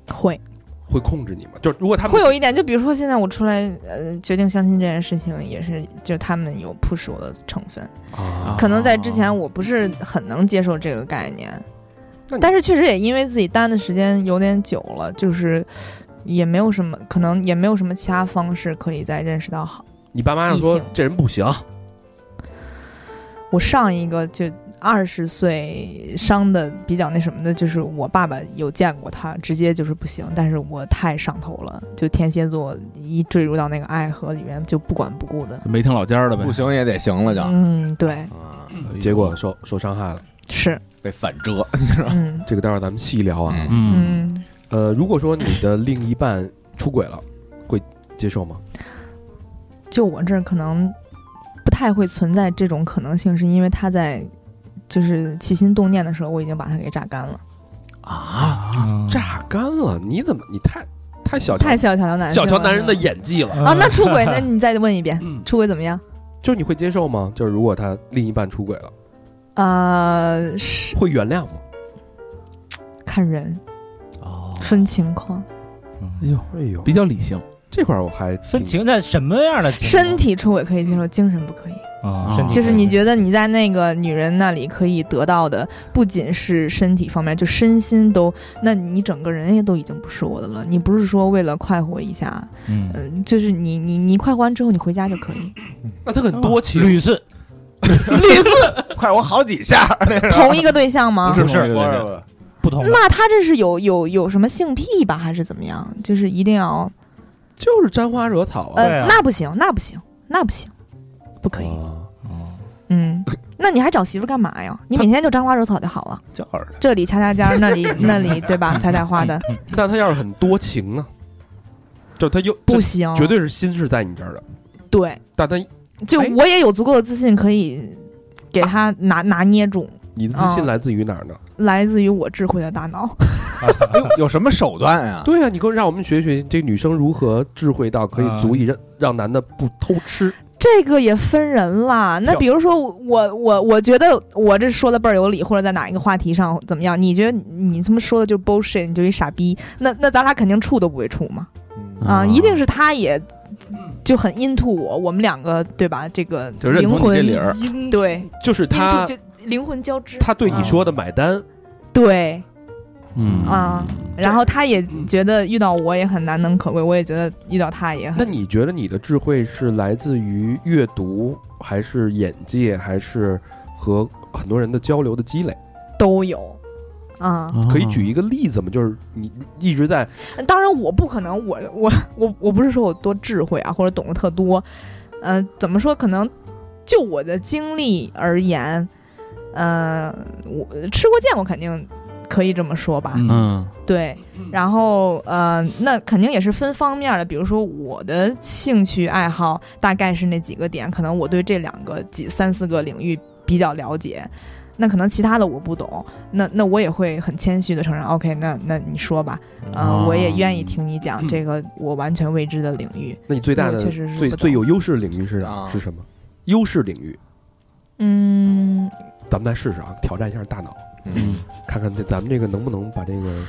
Speaker 4: 会
Speaker 1: 会控制你吗？就是如果他们
Speaker 4: 会有一点，就比如说现在我出来，呃，决定相亲这件事情，也是就他们有 push 我的成分。
Speaker 1: 啊，
Speaker 4: 可能在之前我不是很能接受这个概念
Speaker 1: 那，你
Speaker 4: 但是确实也因为自己单的时间有点久了，就是也没有什么，可能也没有什么其他方式可以再认识到好。
Speaker 1: 你爸妈要
Speaker 4: 异
Speaker 1: 说
Speaker 4: 性
Speaker 1: 这人不行，
Speaker 3: 哎
Speaker 4: 我上一个就二十岁伤的比较那什么的，就是我爸爸有见过他，直接就是不行，但是我太上头了，就天蝎座一坠入到那个爱河里面就不管不顾的。
Speaker 5: [laughs] 没听老家的呗哎
Speaker 2: 不，行也得行了就，
Speaker 4: 嗯，对，
Speaker 2: 啊，
Speaker 1: 结果受受伤害了。
Speaker 4: 是，
Speaker 2: 被反折。
Speaker 4: 嗯
Speaker 1: 这个待会儿咱们细聊啊。
Speaker 2: 嗯
Speaker 5: 嗯，
Speaker 4: 嗯，
Speaker 1: 呃，如果说你的另一半出轨了，会接受吗？
Speaker 4: 就我这儿可能不太会存在这种可能性，是因为他在就是起心动念的时候，我已经把他给榨干了，
Speaker 1: 啊，
Speaker 3: 嗯
Speaker 1: 榨干了？你怎么你太太小瞧
Speaker 4: 太小瞧男
Speaker 1: 小
Speaker 4: 性
Speaker 1: 瞧
Speaker 4: 了
Speaker 1: 男人的演技了？
Speaker 4: 啊！那出轨，那你再问一遍，
Speaker 1: 嗯，
Speaker 4: 出轨怎么样？
Speaker 1: 就是你会接受吗？就是如果他另一半出轨了，
Speaker 4: 呃，是
Speaker 1: 会原谅吗？
Speaker 4: 看人嗯
Speaker 5: 哦，
Speaker 4: 分情况，
Speaker 1: 嗯
Speaker 5: 哎呦，
Speaker 1: 哎呦
Speaker 5: 比较理性，
Speaker 1: 这块儿我还
Speaker 3: 分
Speaker 1: 挺
Speaker 3: 情在什么样的情况
Speaker 4: 身体出轨可以接受，精神不可以。
Speaker 3: 啊，身体
Speaker 4: 就是
Speaker 1: 嗯
Speaker 4: 你觉得你在那个女人那里可以得到的，不仅是身体方面，就身心都，那你整个人也都已经不是我的了。你不是说为了快活一下，
Speaker 3: 嗯，
Speaker 4: 嗯，就是你你你快活完之后你回家就可以。 [laughs]
Speaker 1: 那他很多情，
Speaker 3: 啊屡 [laughs] 次
Speaker 2: 啊快我好几下，
Speaker 4: 同一个对象吗？
Speaker 3: 不是不同的，
Speaker 4: 那他这是有有有什么性癖吧，还是怎么样？就是一定要
Speaker 1: 就是沾花惹草啊。
Speaker 3: 对
Speaker 4: 呃，
Speaker 3: 啊
Speaker 4: 那不行，那不行，那不行，不可以。
Speaker 1: 啊
Speaker 4: 嗯，那你还找媳妇干嘛呀？你每天就沾花惹草就好了，
Speaker 2: 叫耳朵。
Speaker 4: 这里掐掐尖儿，那里那里对吧？采采花的
Speaker 1: 那他要是很多情呢？就是他又
Speaker 4: 不
Speaker 1: 这
Speaker 4: 行，
Speaker 1: 绝对是心是在你这儿的，
Speaker 4: 对。
Speaker 1: 但他
Speaker 4: 就
Speaker 1: 哎
Speaker 4: 我也有足够的自信可以给他拿拿捏住，
Speaker 1: 你的自信来自于哪儿呢？
Speaker 4: 来自于我智慧的大脑。
Speaker 2: 哎 [laughs] 呦有什么手段啊？
Speaker 1: 对啊，你给我让我们学学这女生如何智慧到可以足以让让男的不偷吃。
Speaker 4: 这个也分人啦。那
Speaker 2: 跳
Speaker 4: 比如说我我我觉得我这说的倍儿有理，或者在哪一个话题上怎么样？你觉得你他妈说的就是 bullshit，你就一傻逼。那那咱俩肯定处都不会处嘛。啊，一定是他也就很 into 我，我们两个对吧？这个
Speaker 5: 嗯就认
Speaker 4: 灵
Speaker 5: 同你这
Speaker 4: 魂
Speaker 5: 理儿，
Speaker 3: 因
Speaker 4: 对
Speaker 1: 就是他
Speaker 4: into 就灵魂交织，
Speaker 1: 他对你说的买单，
Speaker 4: 对，
Speaker 6: 嗯
Speaker 4: 啊然后他也
Speaker 5: 嗯
Speaker 4: 觉得遇到我也很难能可贵，我也觉得遇到他也
Speaker 1: 那
Speaker 4: 很
Speaker 1: 你觉得你的智慧是来自于阅读，还是眼界，还是和很多人的交流的积累？
Speaker 4: 都有。啊、
Speaker 1: 可
Speaker 5: 嗯
Speaker 1: 以举一个例子吗？就是你一直在
Speaker 4: 当然我不可能，我我我我不是说我多智慧啊，或者懂得特多，嗯、怎么说？可能就我的经历而言，嗯、我吃过见过，肯定可以这么说吧。
Speaker 5: 嗯
Speaker 4: 对，然后呃，那肯定也是分方面的，比如说我的兴趣爱好大概是那几个点，可能我对这两个几三四个领域比较了解，那可能其他的我不懂，那那我也会很谦虚的承认，OK，那那你说吧，呃，
Speaker 5: 哦
Speaker 4: 我也愿意听你讲这个我完全未知的领域，
Speaker 1: 那你最大的
Speaker 4: 那我确实是
Speaker 1: 最
Speaker 4: 不懂
Speaker 1: 最有优势的领域是啥？
Speaker 2: 啊
Speaker 1: 是什么？优势领域，
Speaker 4: 嗯，
Speaker 1: 咱们再试试啊，挑战一下大脑，
Speaker 5: 嗯
Speaker 1: 看看这咱们这个能不能把这个
Speaker 4: 嗯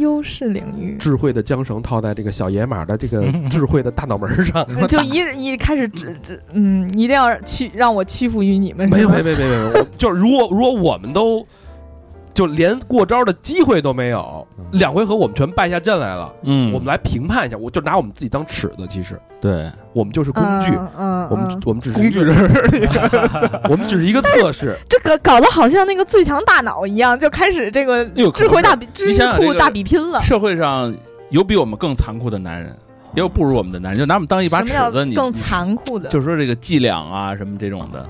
Speaker 4: 优势领域。
Speaker 1: 智慧的缰绳套在这个小野马的这个 [laughs] 智慧的大脑门上。
Speaker 4: 就一一开始，这这嗯，一定要屈让我屈服于你们。
Speaker 1: 没有
Speaker 4: 是
Speaker 1: [laughs]
Speaker 4: 吧
Speaker 1: 没有没有没有没有，我就是如果如果我们都就连过招的机会都没有，两回合我们全败下阵来了。
Speaker 5: 嗯
Speaker 1: 我们来评判一下，我就拿我们自己当尺子，其实
Speaker 5: 对
Speaker 1: 我们就是工具，
Speaker 4: 嗯嗯，
Speaker 1: 我们、
Speaker 4: 嗯
Speaker 1: 我们只是
Speaker 2: 工具人，
Speaker 1: 我们只是一个测 [laughs] 试。
Speaker 4: 这个搞得好像那个最强大脑一样，就开始这个
Speaker 5: 又有哎可
Speaker 4: 智
Speaker 5: 能
Speaker 4: 慧大比知
Speaker 5: 你
Speaker 4: 识
Speaker 5: 想想
Speaker 4: 库
Speaker 5: 这个
Speaker 4: 大比拼了。
Speaker 5: 社会上有比我们更残酷的男人，也有不如我们的男人，就拿我们当一把
Speaker 4: 什么
Speaker 5: 尺
Speaker 4: 叫
Speaker 5: 子，你
Speaker 4: 更
Speaker 5: 你
Speaker 4: 残酷的？
Speaker 5: 就是说这个伎俩啊什么这种的。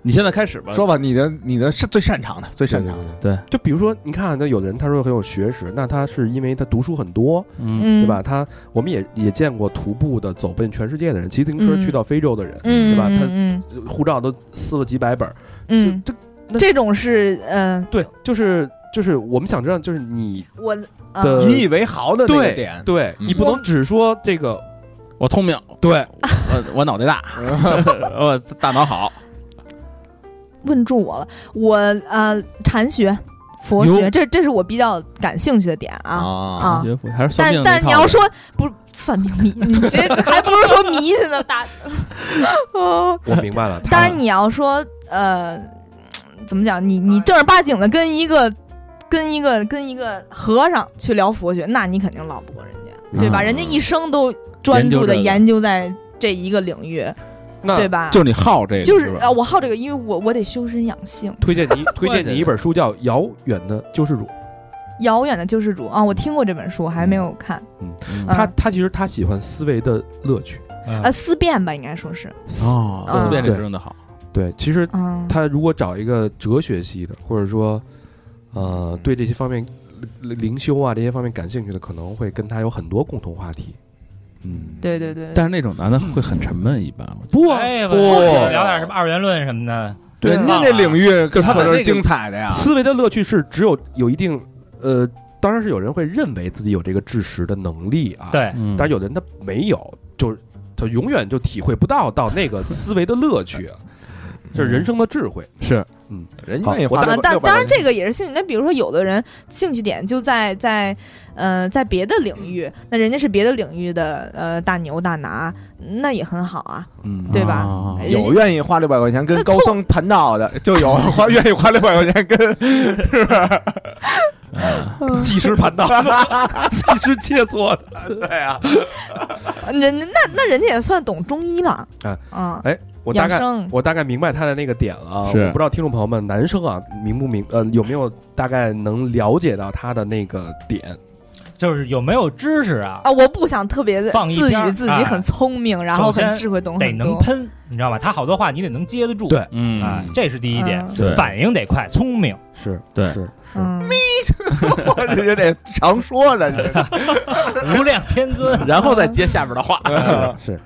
Speaker 5: 你现在开始吧，
Speaker 2: 说吧，你的你的是最擅长的，最擅长的。
Speaker 1: 对
Speaker 5: 对
Speaker 1: 就比如说，你看，那有的人他说很有学识，那他是因为他读书很多，
Speaker 5: 嗯
Speaker 4: 嗯，
Speaker 1: 对吧？他我们也也见过徒步的走奔全世界的人，骑自行车
Speaker 4: 嗯
Speaker 1: 去到非洲的人，
Speaker 4: 嗯？嗯，
Speaker 1: 对吧？他
Speaker 4: 嗯
Speaker 1: 护照都撕了几百本儿，
Speaker 4: 嗯，
Speaker 1: 就这
Speaker 4: 嗯这种是嗯，
Speaker 1: 对，就是就是我们想知道，就是你
Speaker 4: 我啊
Speaker 1: 的
Speaker 2: 引以为豪的那个
Speaker 1: 对
Speaker 2: 点，
Speaker 1: 对，
Speaker 2: 嗯
Speaker 1: 你不能只说这个
Speaker 5: 我聪明，
Speaker 1: 对，
Speaker 5: 我我脑
Speaker 1: [laughs]
Speaker 5: 袋大，我大脑好，
Speaker 4: 问住我了。我呃，禅学、佛学，
Speaker 5: 哟
Speaker 4: 这这是我比较感兴趣的点啊
Speaker 2: 啊
Speaker 4: 啊。
Speaker 5: 学府还是算
Speaker 4: 但
Speaker 5: 命
Speaker 4: 但
Speaker 5: 那
Speaker 4: 是
Speaker 5: 套
Speaker 4: 你要
Speaker 5: 的
Speaker 4: 说不算命迷，你这还不如说迷信呢，大哦。
Speaker 1: 我明白了。
Speaker 4: 当
Speaker 1: 他
Speaker 4: 然，你要说呃，怎么讲？你你正儿八经的跟一个跟一个跟一个和尚去聊佛学，那你肯定捞不过人家，对吧？
Speaker 5: 嗯
Speaker 4: 人家一生都专注的研究在这一个领域，
Speaker 1: 那
Speaker 4: 对吧？
Speaker 5: 就是你好这个，
Speaker 4: 就是是
Speaker 5: 吧
Speaker 4: 呃，我好这个，因为我我得修身养性。
Speaker 1: 推荐你推荐你一本书叫《遥远的救世主》，
Speaker 4: 遥远的救世主啊，我听过这本书，还没有看。
Speaker 5: 嗯
Speaker 1: 他
Speaker 4: 嗯
Speaker 1: 他其实他喜欢思维的乐趣。
Speaker 4: 呃，思辨吧，应该说是，呃
Speaker 5: 哦，思辨这
Speaker 1: 对
Speaker 5: 个真的好，
Speaker 1: 对，其实
Speaker 4: 嗯，
Speaker 1: 他如果找一个哲学系的，或者说呃对这些方面灵灵修啊这些方面感兴趣的，可能会跟他有很多共同话题。
Speaker 2: 嗯，
Speaker 4: 对对对，
Speaker 5: 但是那种男的会很沉闷，一般我觉
Speaker 1: 不
Speaker 3: [laughs] 哎呀，
Speaker 1: 不，
Speaker 3: 我聊点什么二元论什么的，
Speaker 2: 对人家那领域可
Speaker 5: 他把
Speaker 2: 可
Speaker 5: 那
Speaker 2: 是
Speaker 5: 个
Speaker 2: 精彩的呀，
Speaker 1: 思维的乐趣是只有有一定呃，当然是有人会认为自己有这个知识的能力啊，，
Speaker 3: 对
Speaker 5: 得，嗯
Speaker 1: 但是有的人他没有，就是他永远就体会不到到那个思维的乐趣， [laughs] 这是人生的智慧。
Speaker 5: 是
Speaker 2: 人家愿意
Speaker 1: 好
Speaker 2: 花
Speaker 4: 啊
Speaker 2: 六，
Speaker 4: 但
Speaker 2: 六百
Speaker 4: 当然
Speaker 2: 万
Speaker 4: 这个也是兴趣。那比如说，有的人兴趣点就在在，呃，在别的领域，那人家是别的领域的呃大牛大拿，那也很好啊，
Speaker 1: 嗯
Speaker 4: 对吧？
Speaker 5: 啊
Speaker 4: 人家
Speaker 2: 有愿意花六百块钱跟
Speaker 4: 那
Speaker 2: 高
Speaker 4: 凑
Speaker 2: 僧盘道的，就有 [laughs] 花愿意花六百块钱跟
Speaker 1: 技师盘道，
Speaker 5: [laughs]
Speaker 1: 技师切磋的。
Speaker 4: 呃人家那那人家也算懂中医了，
Speaker 1: 哎
Speaker 4: 啊，
Speaker 1: 哎，我大
Speaker 4: 养
Speaker 1: 概
Speaker 4: 生，
Speaker 1: 我大概明白他的那个点了啊，
Speaker 5: 是
Speaker 1: 我不知道听众朋友们男生啊明不明呃有没有大概能了解到他的那个点？
Speaker 3: 就是有没有知识啊？
Speaker 4: 啊，我不想特别的
Speaker 3: 放一
Speaker 4: 自
Speaker 3: 边儿
Speaker 4: 诩自己
Speaker 3: 哎
Speaker 4: 很聪明，然后
Speaker 3: 首先
Speaker 4: 很智慧，懂
Speaker 3: 得
Speaker 4: 很
Speaker 3: 能
Speaker 4: 多。
Speaker 3: 喷，你知道吧？他好多话你得能接得住，
Speaker 1: 对
Speaker 5: 嗯
Speaker 3: 啊，这是第一点
Speaker 4: 嗯，
Speaker 5: 对
Speaker 3: 反应得快，聪明。
Speaker 1: 是，
Speaker 5: 对，
Speaker 1: 是是。
Speaker 4: 嗯，
Speaker 2: 我这就得常说了，这个
Speaker 3: 无量天尊 [laughs]
Speaker 5: 然后再接下边的话，
Speaker 1: [laughs] 是是，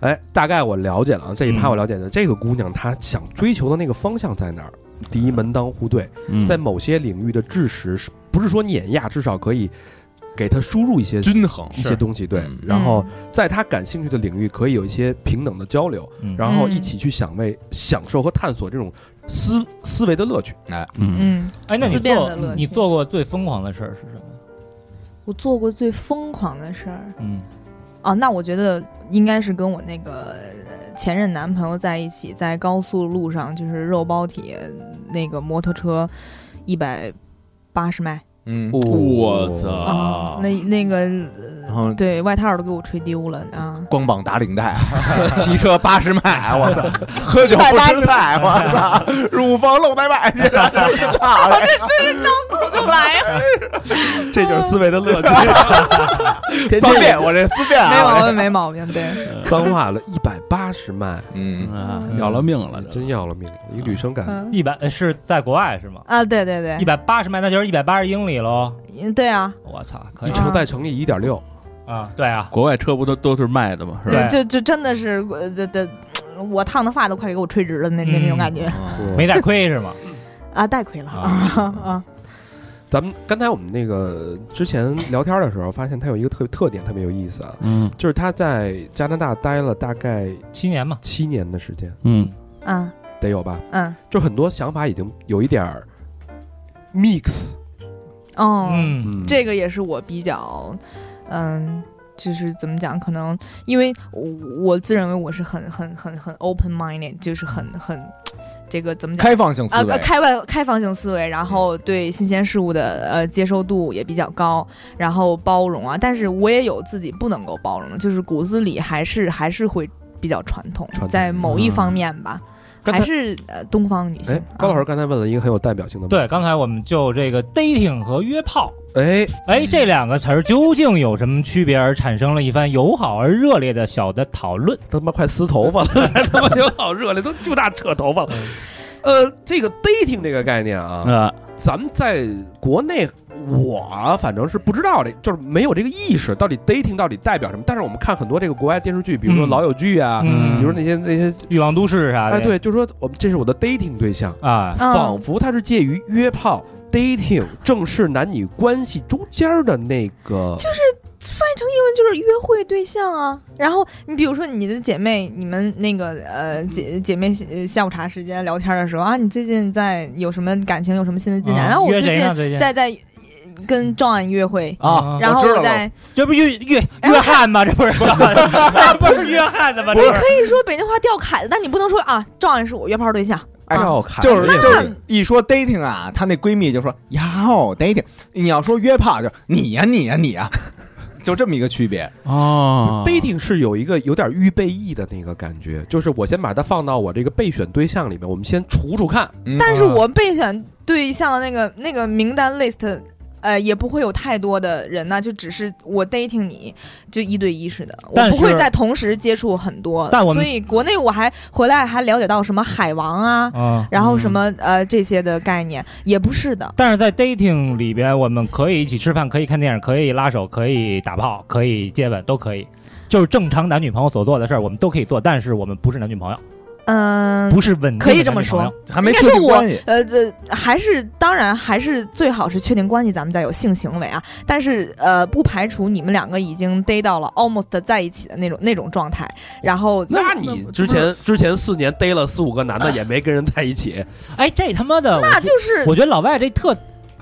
Speaker 1: 哎，大概我了解了啊，这一趴
Speaker 3: 嗯
Speaker 1: 我了解了。这个姑娘她想追求的那个方向在哪儿？第嗯一，门当户对，在某些领域的知识是不是说碾压，至少可以给他输入一些
Speaker 2: 均衡
Speaker 1: 一些东西，对
Speaker 5: 嗯，
Speaker 1: 然后在他感兴趣的领域可以有一些平等的交流，
Speaker 3: 嗯
Speaker 1: 然后
Speaker 4: 嗯
Speaker 1: 一起去享为享受和探索这种思思维的乐趣。
Speaker 6: 嗯，
Speaker 4: 嗯，
Speaker 3: 哎，那你
Speaker 4: 思辨的乐
Speaker 3: 做
Speaker 4: 趣
Speaker 3: 你做过最疯狂的事儿是什么？
Speaker 4: 我做过最疯狂的事儿
Speaker 3: 嗯，
Speaker 4: 啊，那我觉得应该是跟我那个呃前任男朋友在一起，在高速路上就是肉包铁那个摩托车一百八十迈啊
Speaker 2: 嗯，
Speaker 5: 哦我操！
Speaker 3: 啊
Speaker 4: 那那个
Speaker 3: 嗯
Speaker 2: 然后
Speaker 4: 对外套都给我吹丢了啊。
Speaker 2: 光膀打领带， [laughs] 骑车八十 [laughs] 迈，我操，喝酒不吃菜，我操，乳房露在外，去 [laughs] 了，这
Speaker 4: 来
Speaker 3: [laughs]
Speaker 4: 呀，
Speaker 1: 这就是思维的乐
Speaker 5: [laughs]
Speaker 1: 趣。
Speaker 2: 一套思辨，我这思辨
Speaker 4: 没
Speaker 2: 啊，
Speaker 4: 毛
Speaker 2: 我这
Speaker 4: 病，没毛病，
Speaker 3: [laughs]
Speaker 4: 对，
Speaker 1: 脏话了，一百八十迈，
Speaker 2: 嗯，
Speaker 5: 啊要了命了，这
Speaker 1: 真要了命了！一个女生敢
Speaker 4: 嗯
Speaker 3: 一百呃是在国外是吗？
Speaker 4: 啊，对对对
Speaker 3: 一，百八十迈，那就是一百八十英里喽！
Speaker 4: 嗯对啊，
Speaker 3: 我操，可
Speaker 1: 一
Speaker 3: 以
Speaker 4: 啊
Speaker 1: 车带乘以一点六，
Speaker 3: 啊！对啊，
Speaker 5: 国外车不都都是卖的吗？是吧？
Speaker 3: 对
Speaker 4: 就就真的是呃这这，我烫的发都快给我吹直了那那
Speaker 3: 嗯
Speaker 4: 那种感觉
Speaker 5: 嗯
Speaker 3: 没带亏是吗？
Speaker 4: 啊，带亏了啊
Speaker 1: 嗯
Speaker 4: 啊，
Speaker 1: 咱们刚才我们那个之前聊天的时候，发现他有一个特特点特别有意思啊，
Speaker 5: 嗯
Speaker 1: 就是他在加拿大待了大概
Speaker 3: 七年嘛，
Speaker 1: 七年的时间，
Speaker 5: 嗯，
Speaker 4: 嗯
Speaker 1: 得有吧？
Speaker 4: 嗯
Speaker 1: 就很多想法已经有一点儿 mix，
Speaker 4: 哦，
Speaker 3: 嗯
Speaker 1: 嗯，
Speaker 4: 这个也是我比较，嗯，就是怎么讲，可能因为我我自认为我是很很很很 open minded，就是很
Speaker 1: 嗯
Speaker 4: 很这个怎么讲
Speaker 2: 开放性思
Speaker 4: 啊、呃
Speaker 2: 维，
Speaker 4: 开外开放性思维，
Speaker 1: 嗯
Speaker 4: 然后对新鲜事物的呃接受度也比较高，然后包容啊，但是我也有自己不能够包容的，就是骨子里还是还是会比较传统，
Speaker 1: 传统啊
Speaker 4: 在某一方面吧，
Speaker 1: 刚才
Speaker 4: 还是呃东方女性啊嗯
Speaker 1: 哎。，高老师刚才问了一个很有代表性的问
Speaker 3: 对，刚才我们就这个 dating 和约炮，
Speaker 1: 题，哎，
Speaker 3: 哎，这两个词儿究竟有什么区别，而产生了一番友好而热烈的小的讨论。
Speaker 1: 他妈快撕头发了， [laughs] 他妈就好热烈，都就大扯头发了。
Speaker 3: 嗯
Speaker 1: 呃，这个 dating 这个概念啊，
Speaker 5: 啊，
Speaker 1: 咱们在国内，我反正是不知道这，就是没有这个意识，到底 dating 到底代表什么。但是我们看很多这个国外电视剧，比如说《
Speaker 3: 嗯
Speaker 1: 老友记》啊，
Speaker 3: 嗯
Speaker 1: 比如那些那些，
Speaker 3: 欲望都市啥的。
Speaker 1: 哎，对，就说我们这是我的 dating 对象，
Speaker 3: 啊，
Speaker 4: 嗯
Speaker 1: 仿佛它是介于约炮、dating 正式男女关系中间的那个，
Speaker 4: 翻译成英文就是约会对象啊。然后你比如说你的姐妹，你们那个呃姐姐妹呃下午茶时间聊天的时候啊，你最近在有什么感情，有什么
Speaker 1: 嗯
Speaker 4: 新的进展？
Speaker 3: 啊
Speaker 4: 然后我
Speaker 3: 约
Speaker 4: 最
Speaker 3: 谁呢最
Speaker 4: 近
Speaker 3: 近嗯
Speaker 4: 在在呃跟 John 约会。
Speaker 2: 啊，
Speaker 4: 然后
Speaker 2: 我知道
Speaker 4: 我
Speaker 2: 了
Speaker 4: 在，
Speaker 3: 这不约约约翰吗？这
Speaker 1: [laughs]
Speaker 3: 不是这不是约翰的吗？这
Speaker 4: 可以说北京话掉凯子，但你不能说啊，照样是我约炮对象。
Speaker 2: 哎
Speaker 4: 啊
Speaker 1: 要看
Speaker 2: 就是
Speaker 1: 人家
Speaker 2: 就是一说 dating 啊，她那闺蜜就说呀哦 dating，你要说约炮就你呀你呀你呀， [laughs] 就这么一个区别，啊
Speaker 5: 哦
Speaker 1: dating 是有一个有点预备役的那个感觉，就是我先把它放到我这个备选对象里面，我们先处处看。
Speaker 4: 但
Speaker 3: 啊
Speaker 4: 是我备选对象的那个那个名单 list，呃，也不会有太多的人呢、就只是我 dating 你就一对一似的，
Speaker 3: 但是
Speaker 4: 我不会再同时接触很多。
Speaker 3: 但我们
Speaker 4: 所以国内我还回来还了解到什么海王啊，
Speaker 3: 啊
Speaker 4: 然后什？么、呃这些的概念，也不是的。
Speaker 3: 但是在 dating 里边，我们可以一起吃饭，可以看电影，可以拉手，可以打炮，可以接吻，都可以，就是正常男女朋友所做的事儿，我们都可以做。但是我们不是男女朋友，
Speaker 4: 嗯、
Speaker 3: 不是稳定的
Speaker 4: 可以这么
Speaker 3: 男女朋友
Speaker 4: 说。
Speaker 2: 还
Speaker 4: 应
Speaker 2: 没
Speaker 4: 该
Speaker 2: 确
Speaker 4: 说
Speaker 2: 定
Speaker 4: 我
Speaker 2: 关系，
Speaker 4: 呃，这还是当然还是最好是确定关系，咱们再有性行为啊。但是呃，不排除你们两个已经逮到了 almost 在一起的那种那种状态，然后
Speaker 1: 那你之前之前四年逮了四五个
Speaker 2: 啊
Speaker 1: 男的，也没跟人在一
Speaker 2: [laughs]
Speaker 1: 起，
Speaker 3: 哎，这他妈的，
Speaker 4: 那就是
Speaker 3: 我觉得老外这特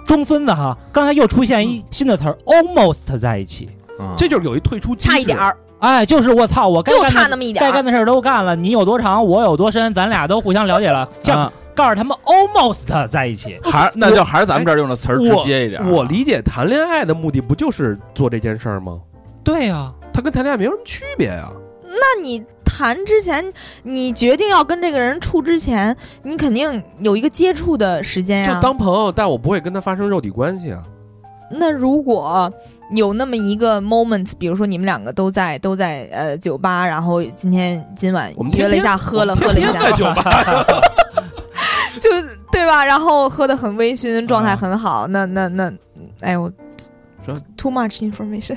Speaker 3: 中孙子哈，刚才又出现一新的词儿，almost 在一起。
Speaker 2: 啊
Speaker 1: 这就是有一退出机制
Speaker 4: 差一点。儿，
Speaker 3: 哎，就是我操，我该
Speaker 4: 就
Speaker 3: 干的
Speaker 4: 差那么一点
Speaker 3: 该干
Speaker 4: 儿。
Speaker 3: 的事儿都干了，你有多长，我有多深，咱俩都互相了解了，这样
Speaker 5: 啊
Speaker 3: 告诉他们 almost 在一起。
Speaker 5: 还那就还是咱们这儿用的词儿直啊接一点。
Speaker 1: 我理解谈恋爱的目的不就是做这件事儿吗？
Speaker 3: 对
Speaker 4: 啊
Speaker 3: 呀、
Speaker 1: 它跟谈恋爱没有什么区别啊呀、
Speaker 4: 那你谈之前，你决定要跟这个人处之前，你肯定有一个接触的时间呀、
Speaker 1: 就当朋友，但我不会跟他发生肉体关系啊。
Speaker 4: 那如果有那么一个 moment，比如说你们两个都在都在呃酒吧，然后今天今晚
Speaker 1: 我们
Speaker 4: 约
Speaker 1: 天
Speaker 4: 了一
Speaker 1: 天
Speaker 4: 下，喝了
Speaker 1: 我们
Speaker 4: 喝了一
Speaker 1: 天天在
Speaker 4: 下，
Speaker 1: 酒吧，
Speaker 4: 就对吧？然后喝的很微醺，状态很好，那那那，哎呦
Speaker 5: 说
Speaker 4: ，too much information，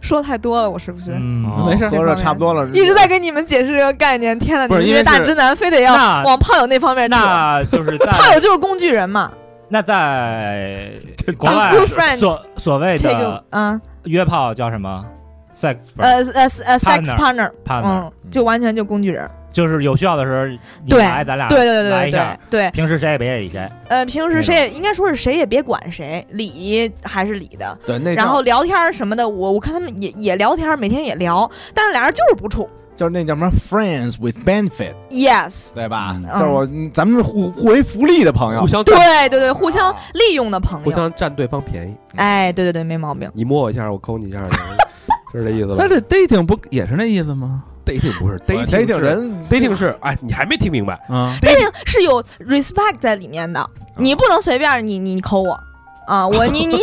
Speaker 4: 说太多了，我是不是？
Speaker 3: 嗯
Speaker 5: 哦没事
Speaker 2: 说着差不多了，
Speaker 4: 一直在给你们解释这个概念，天呐，
Speaker 5: 不是
Speaker 4: 你们这
Speaker 5: 因为
Speaker 4: 些大
Speaker 5: 是
Speaker 4: 直男非得
Speaker 3: [laughs]
Speaker 4: 要
Speaker 3: 那
Speaker 4: 往炮友那方面扯， [laughs]
Speaker 3: 那就是在
Speaker 4: 炮友就是工具人嘛，
Speaker 3: 那在国外
Speaker 4: Thank you, friends.
Speaker 3: 所所谓
Speaker 4: 啊这个
Speaker 3: 的
Speaker 4: 啊，
Speaker 3: 约炮叫什么？sex
Speaker 4: 呃呃呃，sex partner，
Speaker 3: partner，
Speaker 4: 嗯，就完全就工具人。
Speaker 3: 就是有需要的时候你
Speaker 4: 对
Speaker 3: 来，咱俩
Speaker 4: 对对
Speaker 3: 啊来
Speaker 4: 对对
Speaker 3: 一
Speaker 4: 对
Speaker 3: 下。
Speaker 4: 对，
Speaker 3: 平时谁也别理谁，
Speaker 4: 呃，平时谁也应该说是谁也别管谁，理还是理的。
Speaker 2: 对，那
Speaker 4: 然后
Speaker 2: 叫
Speaker 4: 聊天儿什么的，我我看他们也也聊天儿，每天也聊，但是俩人就是不处。
Speaker 2: 叫那叫什么 friends with benefit，
Speaker 4: Yes，
Speaker 2: 对吧？
Speaker 3: 嗯
Speaker 2: 就是我咱们是互互为福利的朋友
Speaker 1: 互，相
Speaker 4: 对
Speaker 1: 占
Speaker 4: 对对，互相利用的朋
Speaker 1: 互
Speaker 4: 友。
Speaker 1: 相占对方便宜，
Speaker 4: 哎，对对对，没毛病。
Speaker 1: 你摸我一下，我抠你一下，是这意 [laughs] 思吧
Speaker 5: 那？这 dating 不也是那意思吗？
Speaker 1: dating 不是
Speaker 2: 对
Speaker 1: dating 是
Speaker 2: 人
Speaker 1: dating 是哎，你还没听明白？
Speaker 5: 啊，
Speaker 4: 毕竟是有 respect 在里面的，你不能随便你你抠我啊！我你
Speaker 5: [laughs]
Speaker 4: 你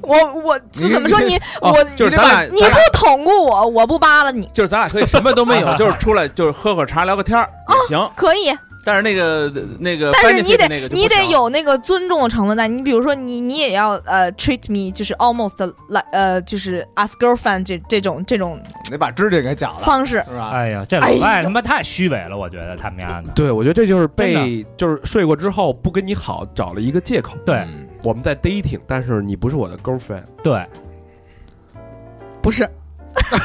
Speaker 4: 我我是怎么说你
Speaker 5: 哦
Speaker 4: 我
Speaker 5: 就是
Speaker 4: 你
Speaker 5: 咱俩
Speaker 4: 你
Speaker 5: 咱
Speaker 4: 不捅咕我，我不扒拉你，
Speaker 5: 就是咱俩可以什么都没有， [laughs] 就是出来就是喝喝茶聊个天儿也行，
Speaker 4: 可以，
Speaker 5: 但是那个那个，
Speaker 4: 哦但是你得
Speaker 5: 那个就不
Speaker 4: 你得
Speaker 5: 行
Speaker 4: 有那个尊重的成分在。你比如说你你也要呃 treat me 就是 almost like 呃就是 as girlfriend 这这种这种
Speaker 2: 得把指甲给绞了，
Speaker 4: 方式。
Speaker 2: 是吧？
Speaker 3: 哎呀，这老
Speaker 4: 哎
Speaker 3: 外
Speaker 4: 呦
Speaker 3: 他妈太虚伪了，我觉得他们家的。
Speaker 1: 对，我觉得这就是被就是睡过之后不跟你好，找了一个借口。
Speaker 3: 对
Speaker 2: 嗯，
Speaker 1: 我们在 dating，但是你不是我的 girlfriend，
Speaker 4: 嗯
Speaker 3: 对，
Speaker 4: 不是，
Speaker 2: 不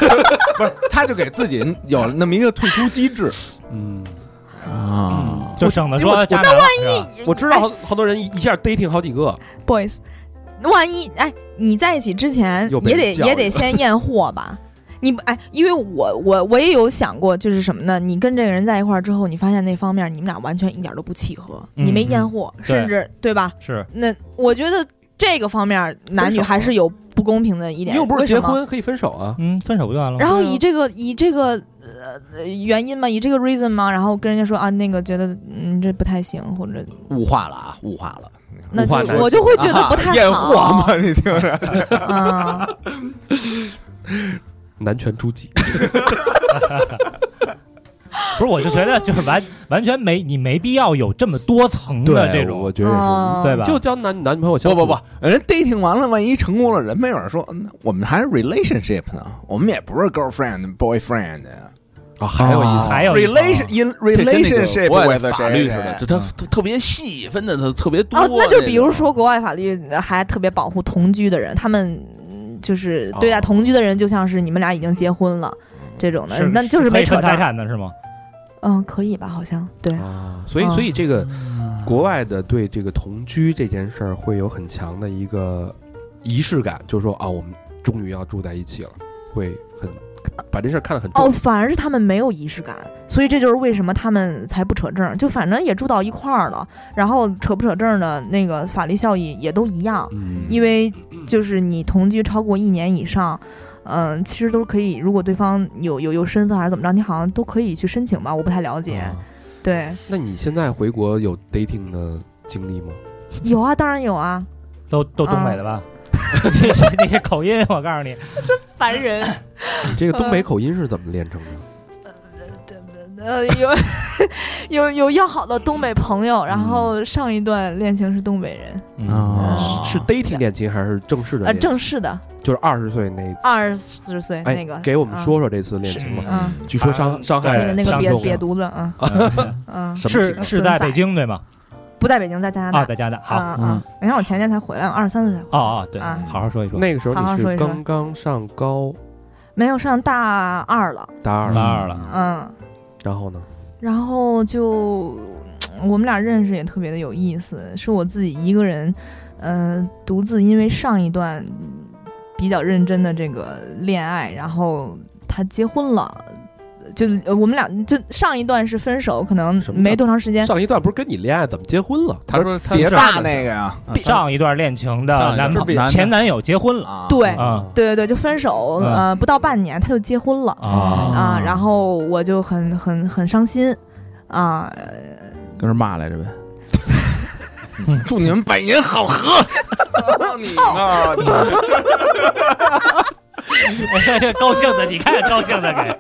Speaker 2: 是，他就给自己有那么一个退出机制，
Speaker 1: 嗯，
Speaker 5: 啊，
Speaker 3: 就省得说渣男了。是吧
Speaker 1: 我知道好好多人一一下 dating 好几个，
Speaker 4: boys，万一哎你在一起之前
Speaker 1: 又被
Speaker 4: 也
Speaker 1: 人
Speaker 4: 得
Speaker 1: 教育
Speaker 4: 也得先验货吧？ [laughs] 你不哎，因为我我我也有想过，就是什么呢？你跟这个人在一块儿之后，你发现那方面你们俩完全一点都不契合，
Speaker 3: 嗯
Speaker 4: 你没验货，甚至对吧？
Speaker 3: 是
Speaker 4: 那我觉得这个方面男女还是有不公平的一
Speaker 1: 你
Speaker 4: 点。
Speaker 1: 又不是
Speaker 4: 为什
Speaker 1: 结
Speaker 4: 么
Speaker 1: 婚可以分手啊？
Speaker 3: 嗯，分手不就完了吗？
Speaker 4: 然后以这个以这个呃原因嘛，以这个 reason 嘛，然后跟人家说啊，那个觉得嗯这不太行，或者
Speaker 2: 物化了啊，物化了，
Speaker 4: 那
Speaker 1: 物化
Speaker 4: 就
Speaker 1: 男
Speaker 4: 我就会觉得不
Speaker 2: 啊
Speaker 4: 太
Speaker 2: 验货
Speaker 4: 好。
Speaker 2: 嘛，你听着，
Speaker 4: 嗯，
Speaker 3: [laughs]
Speaker 1: 男权诸己，
Speaker 3: 不是，我就觉得就是完完全没你没必要有这么多层的这
Speaker 1: 我
Speaker 3: 种，
Speaker 1: 觉得是，
Speaker 4: 嗯
Speaker 3: 对吧？
Speaker 1: 就交男男女朋友相
Speaker 2: 不
Speaker 1: 处
Speaker 2: 不不，，人 dating 完了，万一成功了，人没准说，嗯我们还是 relationship 呢，我们也不是 girlfriend boyfriend 呀
Speaker 1: 啊还有一层，
Speaker 3: 还有一层
Speaker 2: relation in
Speaker 5: 这跟那个
Speaker 2: relationship
Speaker 5: 国外
Speaker 2: with
Speaker 5: 的法
Speaker 2: 谁嗯
Speaker 5: 律似的，
Speaker 2: 谁
Speaker 5: 就它它特别细分的，它特别多。
Speaker 4: 哦，那就
Speaker 5: 种
Speaker 4: 比如说，国外法律还特别保护同居的人，他们嗯就是
Speaker 1: 哦
Speaker 4: 对待同居的人，就像是你们俩已经结婚了这种的，那就是
Speaker 3: 可以
Speaker 4: 没扯
Speaker 3: 分财
Speaker 4: 上。
Speaker 3: 产的是吗？
Speaker 4: 嗯，可以吧？好像对，
Speaker 1: 啊，所以所以
Speaker 4: 嗯
Speaker 1: 这个国外的对这个同居这件事儿会有很强的一个仪式感，就是说啊，我们终于要住在一起了，会很把这事儿看得很重。
Speaker 4: 哦，反而是他们没有仪式感，所以这就是为什么他们才不扯证，就反正也住到一块儿了，然后扯不扯证的那个法律效益也都一样，
Speaker 1: 嗯，
Speaker 4: 因为就是你同居超过一年以上。嗯，其实都是可以。如果对方有有有身份还是怎么着，你好像都可以去申请吧？我不太了解。
Speaker 1: 啊
Speaker 4: 对，
Speaker 1: 那你现在回国有 dating 的经历吗？
Speaker 4: 有啊，当然有啊。
Speaker 3: 都都东北的吧？
Speaker 4: 嗯
Speaker 3: [laughs] 那些口音，我告诉你，
Speaker 4: 烦人。
Speaker 1: 你这个东北口音是怎么练成的？
Speaker 4: [laughs] 呃，有 [laughs] 有有要好的东北朋友，然后上一段恋情是东北人，
Speaker 3: 嗯
Speaker 1: 哦
Speaker 3: 哦
Speaker 5: 啊，
Speaker 1: 嗯是 dating 恋情还是正式的
Speaker 4: 呃，
Speaker 1: 恋情？
Speaker 4: 正式的，
Speaker 1: 就是二十岁那一次。
Speaker 4: 二十岁
Speaker 1: 哎，
Speaker 4: 那个，
Speaker 1: 给我们说说这次恋
Speaker 3: 是
Speaker 1: 情吧。
Speaker 4: 嗯，
Speaker 1: 据说伤
Speaker 3: 嗯
Speaker 1: 伤
Speaker 4: 那
Speaker 1: 害
Speaker 4: 个
Speaker 3: 对
Speaker 4: 那个
Speaker 3: 上
Speaker 4: 瘪
Speaker 1: 重
Speaker 4: 瘪
Speaker 1: 了
Speaker 4: 犊子，嗯嗯，
Speaker 1: 什么情
Speaker 3: 是
Speaker 1: 况
Speaker 3: 是在北京对吗？
Speaker 4: 不在北京，在加拿
Speaker 3: 啊，
Speaker 4: 大。
Speaker 3: 在加拿大。好，
Speaker 4: 嗯嗯，你看我前年才回来，二十三岁才回
Speaker 3: 哦
Speaker 4: 来，
Speaker 3: 哦，对，
Speaker 4: 啊
Speaker 3: 好好说一说。
Speaker 1: 那个时候
Speaker 4: 好好
Speaker 1: 你
Speaker 4: 说
Speaker 1: 是
Speaker 4: 一说
Speaker 1: 刚刚上高
Speaker 4: 没有上大二了，
Speaker 1: 大二
Speaker 3: 大
Speaker 1: 了，
Speaker 3: 二了，
Speaker 4: 嗯，
Speaker 1: 然后呢？
Speaker 4: 然后就我们俩认识也特别的有意思，是我自己一个人，呃，独自因为上一段比较认真的这个恋爱，然后他结婚了。就呃我们俩就上一段是分手，可能
Speaker 1: 什么
Speaker 4: 没多长时间，
Speaker 1: 上一段不是跟你恋爱，怎么结婚了？
Speaker 5: 他说他
Speaker 2: 别
Speaker 5: 是
Speaker 2: 大那个呀，
Speaker 5: 啊
Speaker 3: 上一段恋情
Speaker 5: 上
Speaker 3: 的
Speaker 5: 一
Speaker 3: 男
Speaker 5: 是
Speaker 3: 朋
Speaker 5: 比男的
Speaker 3: 前男友结婚了
Speaker 2: 啊，
Speaker 4: 对
Speaker 3: 啊
Speaker 4: 对对对，就分手，
Speaker 3: 嗯
Speaker 4: 呃，不到半年他就结婚了
Speaker 3: 哦
Speaker 4: 啊，然后我就很很很伤心啊，
Speaker 5: 跟这骂来着呗。
Speaker 2: 祝你们百年好合。操你妈！
Speaker 3: [laughs] 这高兴的，你看高兴的给，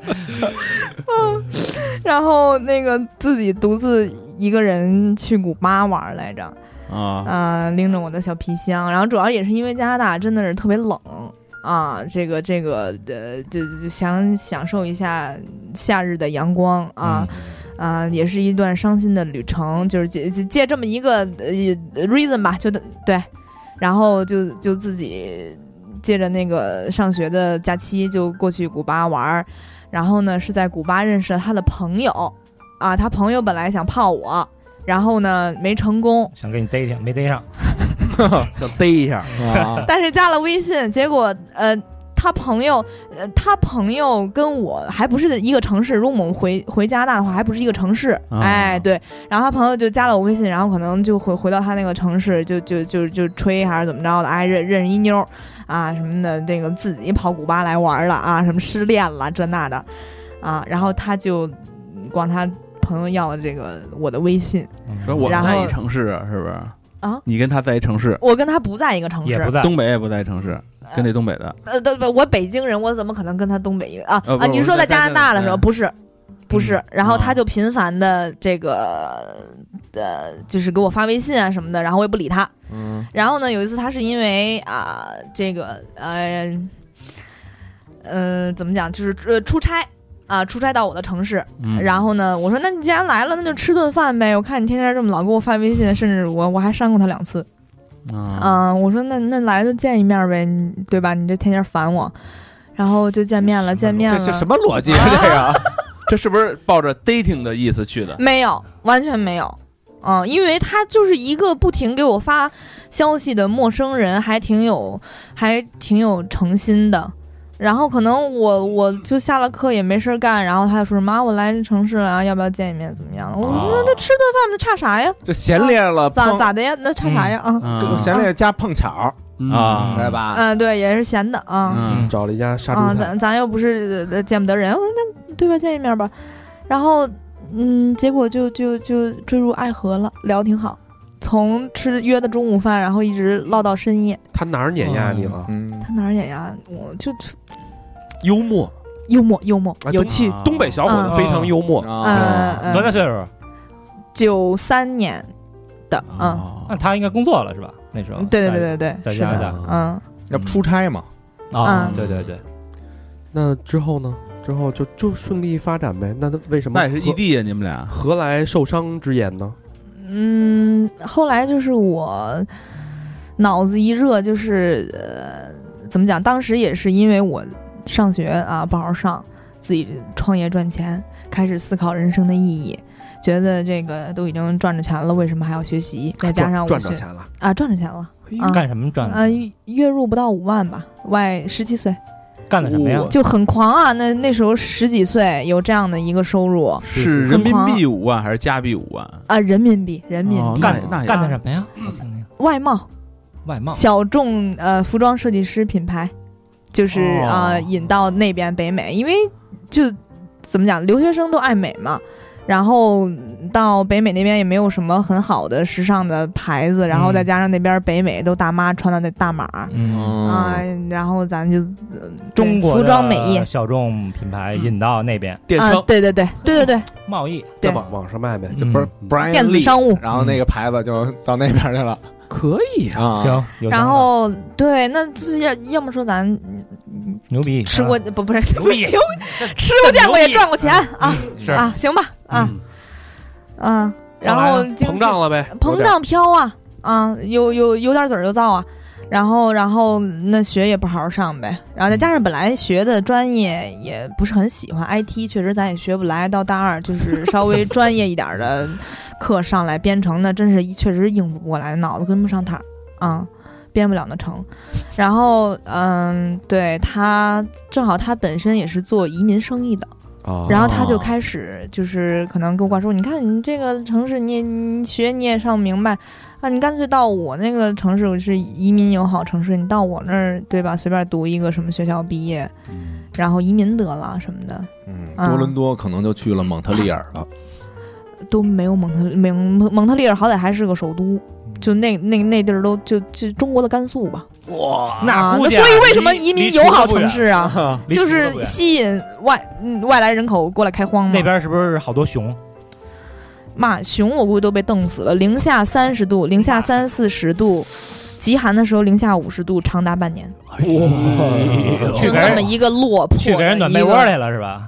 Speaker 4: 然后那个自己独自一个人去古巴玩来着，
Speaker 5: 啊，
Speaker 4: 啊、拎着我的小皮箱，然后主要也是因为加拿大真的是特别冷啊，这个这个呃，就就想享受一下夏日的阳光啊，啊、也是一段伤心的旅程，就是借借借这么一个呃 reason 吧，就对，然后就就自己借着那个上学的假期就过去古巴玩儿，然后呢是在古巴认识了他的朋友，啊，他朋友本来想泡我，然后呢没成功，
Speaker 3: 想给你逮听，没逮上，
Speaker 1: 想逮一下，
Speaker 2: 啊，
Speaker 4: 但是加了微信，结果呃，他朋友呃，他朋友跟我还不是一个城市。如果我们回回加拿大的话，还不是一个城市。
Speaker 2: 啊
Speaker 4: 哎，对，然后他朋友就加了我微信，然后可能就回回到他那个城市，就就就就吹还是怎么着的，哎，认认识一妞儿啊什么的，这个自己跑古巴来玩儿了啊，什么失恋了这那的啊，然后他就管他朋友要了这个我的微信，
Speaker 5: 说我
Speaker 4: 然
Speaker 5: 们
Speaker 4: 后
Speaker 5: 在一城市是不是？
Speaker 4: 啊，
Speaker 5: 你跟他在一城市，
Speaker 4: 我跟他不在一个城市
Speaker 3: 也，不在，
Speaker 5: 东北也不在一城市，跟那东北的
Speaker 4: 呃，对不，我北京人，我怎么可能跟他东北一个啊
Speaker 5: 呃不
Speaker 4: 啊？您
Speaker 5: 不
Speaker 4: 说
Speaker 5: 在
Speaker 4: 在加拿
Speaker 5: 在
Speaker 4: 大的
Speaker 5: 在
Speaker 4: 时候不是，不是，然后
Speaker 5: 哦
Speaker 4: 他就频繁的这个呃，就是给我发微信啊什么的，然后我也不理他。
Speaker 2: 嗯，
Speaker 4: 然后呢，有一次他是因为啊、这个呃，呃，怎么讲，就是呃出差啊、出差到我的城市，
Speaker 5: 嗯，
Speaker 4: 然后呢，我说那你既然来了，那就吃顿饭呗。我看你天天这么老给我发微信，甚至我我还删过他两次。
Speaker 5: 啊，
Speaker 4: 嗯，我说那那来就见一面呗，你对吧？你这天天烦我，然后就见面了，见面
Speaker 2: 这这什
Speaker 4: 了，
Speaker 2: 么逻辑啊？这个
Speaker 5: 这是不是抱着 dating 的意思去的？
Speaker 4: 没有，完全没有。嗯，因为他就是一个不停给我发消息的陌生人，还挺有，还挺有诚心的。然后可能我我就下了课也没事儿干，然后他就说什么啊我来这城市了啊，要不要见一面？怎么样的？我说
Speaker 5: 哦
Speaker 4: 那那吃顿饭那差啥呀？
Speaker 2: 就闲猎了，
Speaker 4: 咋
Speaker 2: 碰嗯
Speaker 4: 咋的呀？那差啥呀？啊，
Speaker 2: 就
Speaker 5: 啊
Speaker 2: 闲猎加碰巧，
Speaker 5: 啊
Speaker 2: 对吧？
Speaker 4: 嗯，对，也是闲的啊。
Speaker 5: 嗯，
Speaker 1: 找了一家杀
Speaker 4: 啊，
Speaker 1: 猪菜，
Speaker 4: 咱咱又不是呃见不得人，我说那对吧，见一面吧。然后，嗯，结果就就就坠入爱河了，聊得挺好，从吃约的中午饭，然后一直唠到深夜。
Speaker 1: 他哪儿碾压你了？
Speaker 2: 嗯，
Speaker 4: 他哪儿演呀？我就
Speaker 1: 幽默，
Speaker 4: 幽默幽默
Speaker 1: 啊
Speaker 4: 有趣。
Speaker 5: 啊
Speaker 1: 东北小伙子非常幽默，
Speaker 4: 嗯
Speaker 2: 啊，
Speaker 3: 多大
Speaker 4: 嗯，
Speaker 3: 岁数？
Speaker 4: 九三年的，
Speaker 5: 哦
Speaker 4: 嗯，
Speaker 5: 啊
Speaker 3: 那他应该工作了是吧？那时候，
Speaker 4: 对对对对
Speaker 3: 在
Speaker 4: 对，
Speaker 3: 哦在
Speaker 4: 是
Speaker 3: 加拿
Speaker 4: 的，
Speaker 3: 大
Speaker 4: 嗯，
Speaker 2: 要不出差嘛，
Speaker 3: 啊
Speaker 4: 嗯，
Speaker 3: 对对对，
Speaker 1: 那之后呢？之后就就顺利发展呗。那他为什么
Speaker 5: 那也是异
Speaker 1: 何
Speaker 5: 地呀，你们俩
Speaker 1: 何来受伤之言呢？
Speaker 4: 嗯，后来就是我脑子一热，就是呃，怎么讲？当时也是因为我上学啊不好好上，自己创业赚钱，开始思考人生的意义，觉得这个都已经赚着钱了，为什么还要学习？再加上我
Speaker 1: 赚
Speaker 4: 学
Speaker 1: 赚着钱了，
Speaker 4: 啊赚着钱了，
Speaker 5: 哎
Speaker 4: 啊
Speaker 3: 干什么赚的？
Speaker 4: 呃月月入不到五万吧，外十七岁
Speaker 3: 干的什么呀
Speaker 5: 我？
Speaker 4: 就很狂啊！那那时候十几岁有这样的一个收入啊、
Speaker 5: 是人民币五万还是加币五万？
Speaker 4: 人民币人民
Speaker 5: 哦
Speaker 4: 币、
Speaker 5: 干那也
Speaker 3: 干的什么呀？我听听，
Speaker 4: 外贸。
Speaker 3: 外贸。
Speaker 4: 小众呃服装设计师品牌，就是
Speaker 5: 哦
Speaker 4: 啊、呃引到那边北美，因为就怎么讲，留学生都爱美嘛。然后到北美那边也没有什么很好的时尚的牌子，然后
Speaker 3: 嗯
Speaker 4: 再加上那边北美都大妈穿的那大码儿
Speaker 3: 嗯，
Speaker 4: 啊、
Speaker 2: 嗯，
Speaker 4: 然后咱就、呃
Speaker 3: 中
Speaker 4: 对
Speaker 3: 国
Speaker 4: 服
Speaker 3: 的哦
Speaker 4: 装美嗯业
Speaker 3: 小众品牌引到那边
Speaker 5: 电
Speaker 4: 啊、
Speaker 5: 商
Speaker 4: 对对对对对对，
Speaker 3: 贸易，
Speaker 1: 在
Speaker 4: 对嗯
Speaker 1: 网网上卖呗，
Speaker 3: 这
Speaker 2: 嗯不是 Brian
Speaker 4: 电子
Speaker 2: Lee，
Speaker 4: 商务。
Speaker 2: 然后那个牌子就到那边去了
Speaker 1: 可以啊。
Speaker 2: 啊，，
Speaker 3: 行，有
Speaker 4: 然
Speaker 3: 想法
Speaker 4: 后对，那就是要要么说咱
Speaker 3: 牛逼，
Speaker 4: 吃过、
Speaker 3: 啊
Speaker 4: 不不是吃
Speaker 3: 牛
Speaker 4: [laughs]
Speaker 3: 逼，
Speaker 4: 过见过也
Speaker 3: 牛逼
Speaker 4: 赚过钱
Speaker 3: 嗯
Speaker 4: 啊
Speaker 3: 是
Speaker 4: 啊，行吧啊
Speaker 1: 嗯，
Speaker 4: 啊，然后经
Speaker 1: 膨胀了呗，有
Speaker 4: 膨
Speaker 1: 点
Speaker 4: 胀飘啊啊，有有有点籽儿就造啊，然后然后那学也不好好上呗，然后再加上本来学的专业也不是很喜欢，IT 确实咱也学不来，到大二就是稍
Speaker 1: [laughs]
Speaker 4: 微专业一点儿的课上来编程呢，真是确实应付不过来，脑子跟不上趟儿啊。编不了那成，然后嗯，对他正好他本身也是做移民生意的，
Speaker 3: 哦
Speaker 1: 啊。
Speaker 4: 然后他就开始就是可能跟我爸说：“你看你这个城市你也，你学你也上不明白啊，你干脆到我那个城市，我是移民友好城市，你到我那儿对吧？随便读一个什么学校毕业，
Speaker 3: 嗯
Speaker 4: 然后移民得了什么的，
Speaker 2: 嗯，
Speaker 4: 啊
Speaker 2: 多伦多可能就去了蒙特利尔了，
Speaker 4: 都没有蒙特蒙蒙特利尔好歹还是个首都，
Speaker 3: 嗯
Speaker 4: 就那那那地儿都就就中国的甘肃吧。
Speaker 5: 哇
Speaker 4: 啊
Speaker 3: 那估计啊
Speaker 4: 所以为什么
Speaker 3: 离
Speaker 4: 移
Speaker 3: 离
Speaker 4: 民
Speaker 3: 出
Speaker 4: 友好
Speaker 3: 不
Speaker 4: 城
Speaker 3: 远
Speaker 4: 市啊？
Speaker 3: [laughs] 离
Speaker 4: 就
Speaker 3: 出
Speaker 4: 是
Speaker 3: 不远
Speaker 4: 吸引外嗯外来人口过来开荒嘛。
Speaker 3: 那边是不是好多熊？
Speaker 4: 妈，熊我估计都被冻死了，零下三十度，零下三四十度，极寒的时候零下五十度，长达半年，
Speaker 3: 去
Speaker 4: 就
Speaker 3: 给
Speaker 4: 那
Speaker 3: 啊人哦
Speaker 4: 么一个落魄，
Speaker 3: 嗯去给人暖被窝，来了是吧？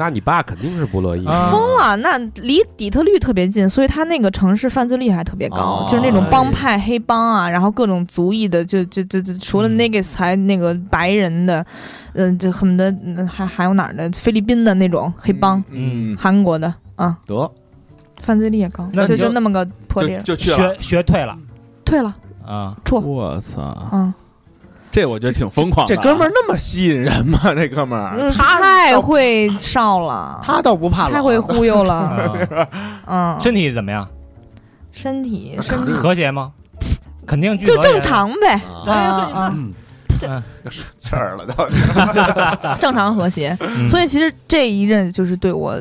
Speaker 1: 那你爸肯定是不乐意。
Speaker 3: 啊
Speaker 4: 疯了，那离底特律特别近，所以他那个城市犯罪率还特别高，
Speaker 5: 哦
Speaker 4: 就是那种帮派、黑帮啊，然后各种族裔的，就就就就除了
Speaker 3: 嗯
Speaker 4: Negus 还那个白人的，嗯、就恨不得嗯还还有哪儿的菲律宾的那种黑帮，
Speaker 2: 嗯，
Speaker 4: 韩国的啊，
Speaker 2: 得
Speaker 4: 犯罪率也高，
Speaker 3: 那你
Speaker 4: 就
Speaker 3: 就
Speaker 4: 就那么个破
Speaker 5: 就
Speaker 4: 裂，
Speaker 5: 就去了，
Speaker 3: 学学退了
Speaker 4: 退了，
Speaker 3: 啊，
Speaker 4: 处，
Speaker 5: 我操，
Speaker 4: 嗯，
Speaker 5: 这我觉得挺疯狂的
Speaker 2: 这
Speaker 5: 啊。
Speaker 2: 哥们儿那么吸引人吗？这哥们儿他
Speaker 4: 嗯太会烧了，
Speaker 2: [laughs] 他倒不怕啊冷，
Speaker 4: 太会忽
Speaker 3: [laughs]
Speaker 4: 悠了，
Speaker 3: 啊
Speaker 4: 嗯，
Speaker 3: 身体怎么样？
Speaker 4: 身体身体
Speaker 3: 和谐吗？肯定具
Speaker 4: 就
Speaker 3: 德
Speaker 4: 正
Speaker 3: 也
Speaker 4: 常呗，啊
Speaker 5: 啊，
Speaker 4: 啊，
Speaker 2: 气儿了都。
Speaker 4: 正常和谐。
Speaker 3: 嗯
Speaker 4: 所以其实这一任就是对我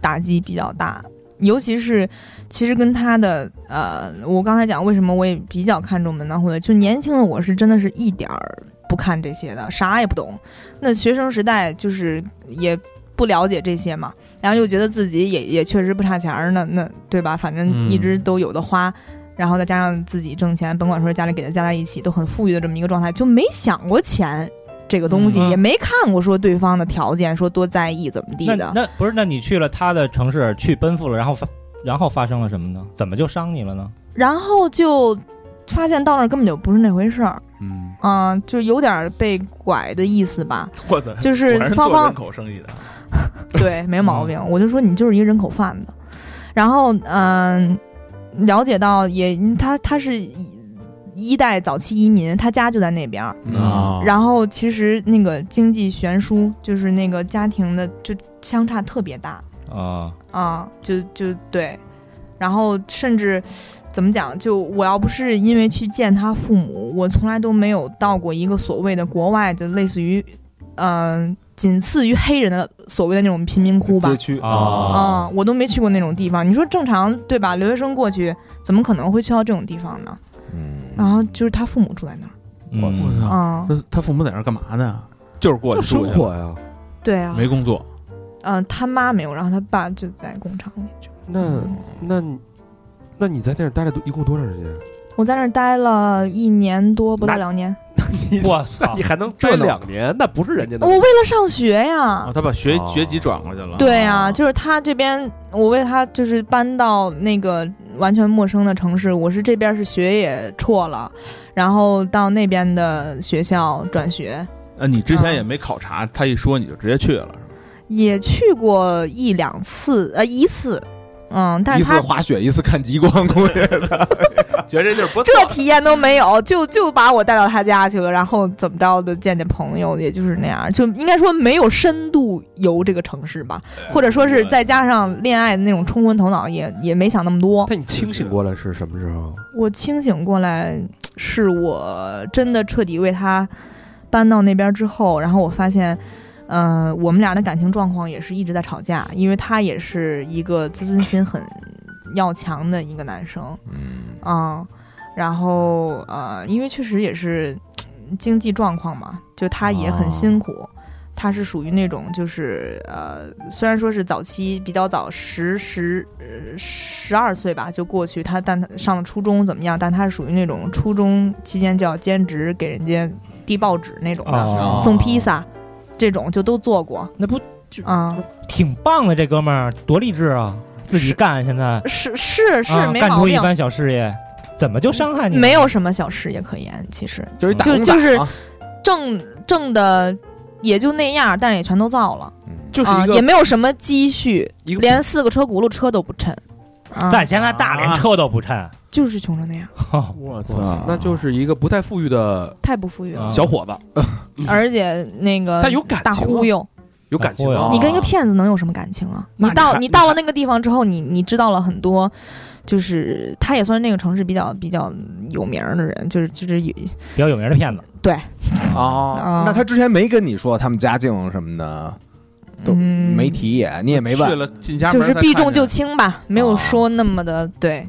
Speaker 4: 打击比较大，尤其是其实跟他的呃，我刚才讲为什么我也比较看重门当户对，就年轻的我是真的是一点儿不看这些的，啥也不懂。那学生时代就是也。不了解这些嘛，然后又觉得自己也也确实不差钱儿呢，那对吧？反正
Speaker 3: 嗯
Speaker 4: 一直都有的花，然后再加上自己挣钱，甭管说是家里给他加在一起，都很富裕的这么一个状态，就没想过钱这个东西，
Speaker 3: 嗯
Speaker 4: 也没看过说对方的条件，说多在意怎么地
Speaker 3: 那
Speaker 4: 的。
Speaker 3: 那不是？那你去了他的城市去奔赴了，然后发然后发生了什么呢？怎么就伤你了呢？
Speaker 4: 然后就发现到那儿根本就不是那回事儿，
Speaker 2: 嗯，
Speaker 4: 嗯、就有点被拐的意思吧，
Speaker 5: 我操，
Speaker 4: 就是
Speaker 5: 果然
Speaker 4: 芳
Speaker 5: 做
Speaker 4: 芳
Speaker 5: 人口生意的，
Speaker 4: [laughs]
Speaker 5: 嗯
Speaker 4: 对，没毛病。我就说你就是一个人口贩子。然后，嗯、了解到也嗯他他是一代早期移民，他家就在那边儿。
Speaker 3: 嗯
Speaker 5: 哦
Speaker 2: 啊
Speaker 4: 然后其实那个经济悬殊，就是那个家庭的就相差特别大
Speaker 3: 啊，
Speaker 4: 啊，就就对。然后甚至怎么讲，就我要不是因为去见他父母，我从来都没有到过一个所谓的国外的类似于，嗯、仅次于黑人的所谓的那种贫民窟吧
Speaker 2: 街，区
Speaker 3: 哦
Speaker 4: 啊、我都没去过那种地方。你说正常对吧？留学生过去怎么可能会去到这种地方呢？
Speaker 2: 嗯，
Speaker 4: 然后就是他父母住在那儿
Speaker 3: 我
Speaker 5: 我操，
Speaker 4: 啊、
Speaker 5: 那他父母在那儿干嘛呢？嗯就是过去
Speaker 1: 就
Speaker 5: 住
Speaker 1: 生
Speaker 5: 去
Speaker 1: 活呀，
Speaker 4: 对
Speaker 5: [laughs]
Speaker 4: 啊，
Speaker 5: 没工作，
Speaker 4: 嗯、他妈没有，然后他爸就在工厂里。嗯
Speaker 1: 那那你那你在那儿待了多一共多长时间？
Speaker 4: 我在那儿待了一年多，不到
Speaker 1: 那
Speaker 4: 两年。
Speaker 3: 我操！
Speaker 1: 还能
Speaker 2: 这能
Speaker 1: 年？那不是人家
Speaker 4: 我为了上学呀
Speaker 5: [laughs] 啊，，他把学
Speaker 1: 哦
Speaker 5: 学籍转过去了。哦
Speaker 4: 对
Speaker 2: 哦
Speaker 4: 呀，就是他这边，我为他就是搬到那个完全陌生的城市，我是这边是学也辍了，然后到那边的学校转学，
Speaker 5: 呃，你
Speaker 4: 啊
Speaker 5: 之前也没考察，他一说你就直接去了，
Speaker 4: 也去过一两次，呃，一次，嗯，但
Speaker 2: 一
Speaker 4: 是
Speaker 2: 次
Speaker 4: 他
Speaker 2: 滑雪，一次看极光，估计
Speaker 5: 觉得这地儿不错
Speaker 4: 这体验都没有，就就把我带到他家去了，然后怎么着的见见朋友，也就是那样，就应该说没有深度游这个城市吧，或者说是再加上恋爱的那种冲昏头脑也，也没想那么多。
Speaker 1: 但你清醒过来是什么时候？
Speaker 4: 我清醒过来，是我真的彻底为他搬到那边之后，然后我发现。呃，我们俩的感情状况也是一直在吵架，因为他也是一个自尊心很要强的一个男生，
Speaker 2: 嗯
Speaker 4: 嗯，然后呃，因为确实也是经济状况嘛，就他也很
Speaker 3: 哦
Speaker 4: 辛苦。他是属于那种，就是呃，虽然说是早期比较早，十十呃十二岁吧就过去，他但他上了初中怎么样？但他是属于那种初中期间就要兼职给人家递报纸那种的，
Speaker 3: 哦
Speaker 4: 送披萨，这种就都做过
Speaker 3: 那不就
Speaker 4: 啊、
Speaker 3: 挺棒的，这哥们儿多励志啊！自己干现在
Speaker 4: 是是是、
Speaker 3: 啊
Speaker 4: 没
Speaker 3: 干
Speaker 4: 毛
Speaker 3: 出一
Speaker 4: 病，
Speaker 3: 番小事业，怎么就伤害你？
Speaker 4: 没有，什么小事也可言，其实
Speaker 2: 就是一打
Speaker 4: 就
Speaker 2: 工仔嘛
Speaker 4: 就是啊挣挣的也就那样，但是也全都造了，
Speaker 2: 嗯
Speaker 1: 就是
Speaker 4: 啊
Speaker 1: 一，
Speaker 4: 也
Speaker 1: 个
Speaker 4: 没有什么积蓄，
Speaker 1: 一个
Speaker 4: 连四个车轱辘车都不趁，啊，
Speaker 3: 在现在大连车都不趁，
Speaker 4: 就是穷成那样，
Speaker 5: 我
Speaker 1: 我操，那就是一个不太富裕的
Speaker 4: 太不富裕了，
Speaker 3: 啊
Speaker 1: 小伙子，
Speaker 4: 而且那个
Speaker 1: 但有感
Speaker 4: 呃大
Speaker 1: 情啊，
Speaker 4: 忽悠，
Speaker 1: 有感情啊
Speaker 3: 大忽悠。
Speaker 4: 你跟一个骗子能有什么感情啊？
Speaker 5: 那
Speaker 4: 你
Speaker 5: 你
Speaker 4: 到
Speaker 5: 看
Speaker 4: 你
Speaker 5: 你
Speaker 4: 到了那个地方之后，你你知道了很多，就是他也算是那个城市比较比较有名儿的人，就是就是有
Speaker 3: [laughs] 比较有名的骗子。
Speaker 2: 哦
Speaker 4: 啊，
Speaker 2: 那他之前没跟你说他们家境什么的，都
Speaker 4: 嗯
Speaker 2: 没提也，你也没
Speaker 5: 去
Speaker 2: 问。
Speaker 5: 了进家门
Speaker 4: 就
Speaker 5: 才
Speaker 4: 是
Speaker 5: 看见，
Speaker 4: 避重就轻吧，没
Speaker 1: 啊
Speaker 4: 有说那么的对。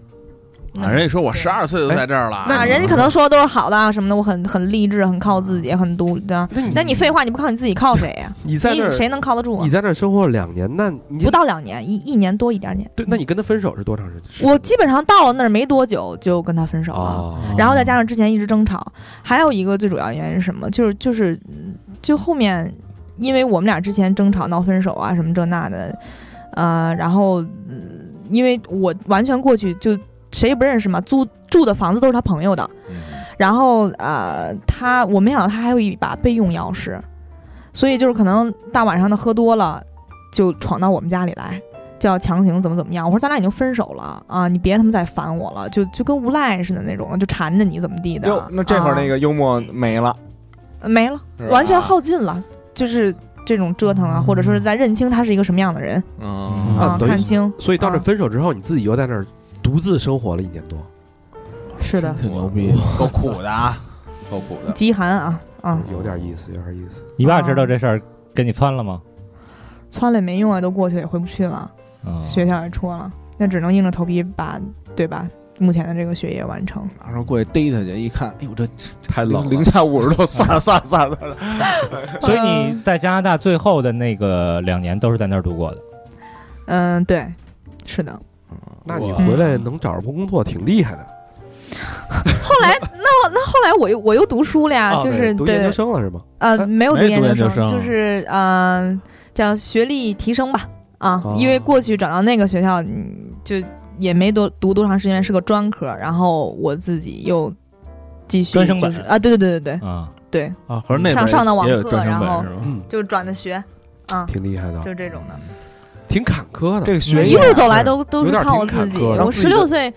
Speaker 5: 啊。人家说我十二岁就在这儿
Speaker 1: 啊
Speaker 5: 了，啊
Speaker 4: 那人家可能说的都是好的啊什么的，我很很励志，很靠自己，很独立的。
Speaker 1: 那你
Speaker 4: 但你废话，你不靠你自己靠谁呀、
Speaker 1: 你在那
Speaker 4: 你
Speaker 1: 儿，
Speaker 4: 谁能靠得住啊
Speaker 1: 你？在那儿生活了两年，那你
Speaker 4: 不到两年，一一年多一点点。
Speaker 1: 对，那你跟他分手是多长时间？
Speaker 4: 我基本上到了那儿没多久就跟他分手了，
Speaker 1: 哦，
Speaker 4: 然后再加上之前一直争吵，还有一个最主要原因是什么？就是就是嗯就后面因为我们俩之前争吵闹分手啊什么这那的，呃，然后嗯因为我完全过去就谁也不认识嘛，租住的房子都是他朋友的，
Speaker 2: 嗯
Speaker 4: 然后呃，他我没想到他还有一把备用钥匙，所以就是可能大晚上的喝多了，就闯到我们家里来，就要强行怎么怎么样。我说咱俩已经分手了啊，你别他妈再烦我了，就就跟无赖似的那种，就缠着你怎么地的。
Speaker 2: 哟，那这会儿那
Speaker 4: 个、
Speaker 2: 个幽默没了，
Speaker 4: 没了，
Speaker 2: 是吧
Speaker 4: 完全耗尽了，就是这种折腾啊，或者说是在认清他是一个什么样的人
Speaker 2: 嗯
Speaker 1: 啊
Speaker 4: [laughs] 啊，
Speaker 1: 等于
Speaker 4: 看清。
Speaker 1: 所以到这
Speaker 4: 啊
Speaker 1: 分手之后，你自己又在那儿独自生活了一年多。
Speaker 4: 是的，
Speaker 5: 挺牛逼，
Speaker 2: 够苦的啊，够苦的。
Speaker 4: 极寒啊啊，
Speaker 2: 嗯
Speaker 1: 有点意思，有点意思。
Speaker 3: 你爸知道这事儿跟你窜了吗？
Speaker 4: 窜了也没用啊，都过去也回不去了。
Speaker 3: 嗯，
Speaker 4: 学校也戳了，那只能硬着头皮把对吧？目前的这个学业完成，
Speaker 2: 然后过去逮他去，一看，哎呦，这
Speaker 1: 太
Speaker 2: 零零下五十度，算了算了算了算了，
Speaker 3: [laughs] 所以
Speaker 4: 嗯
Speaker 3: 你在加拿大最后的那个两年都是在那儿度过的。
Speaker 4: 嗯，对，是的。
Speaker 1: 那你回来能找着工作，挺厉害
Speaker 4: 嗯
Speaker 1: 的。
Speaker 4: 后来，那那后来我又我又读书了呀，
Speaker 3: 哦
Speaker 1: 啊
Speaker 4: 就是
Speaker 1: 读研究
Speaker 4: 对
Speaker 1: 生了是吗？
Speaker 4: 呃，没有读
Speaker 5: 没读
Speaker 4: 究
Speaker 5: 研究生啊
Speaker 4: 就是呃叫学历提升吧啊，
Speaker 1: 哦
Speaker 4: 因为过去转到那个学校，嗯就也没多读多长时间，是个专科，然后我自己又继续
Speaker 3: 专升
Speaker 4: 就
Speaker 3: 本
Speaker 4: 是啊，对对对对对，
Speaker 3: 啊，
Speaker 4: 对，
Speaker 5: 啊，合着那边
Speaker 4: 上上的网课
Speaker 5: 也有专升
Speaker 4: 然后
Speaker 5: 本是吧？
Speaker 1: 嗯，
Speaker 4: 就转的学啊，
Speaker 1: 挺厉害的，
Speaker 4: 就这种的。
Speaker 1: 挺坎坷的。
Speaker 2: 这个学
Speaker 4: 一
Speaker 2: 业
Speaker 4: 路走来都都
Speaker 1: 有
Speaker 4: 是
Speaker 1: 点
Speaker 4: 靠我
Speaker 1: 挺坎
Speaker 4: 自己。
Speaker 1: 坷的
Speaker 4: 我
Speaker 2: 自己
Speaker 4: 十
Speaker 2: 都
Speaker 4: 六岁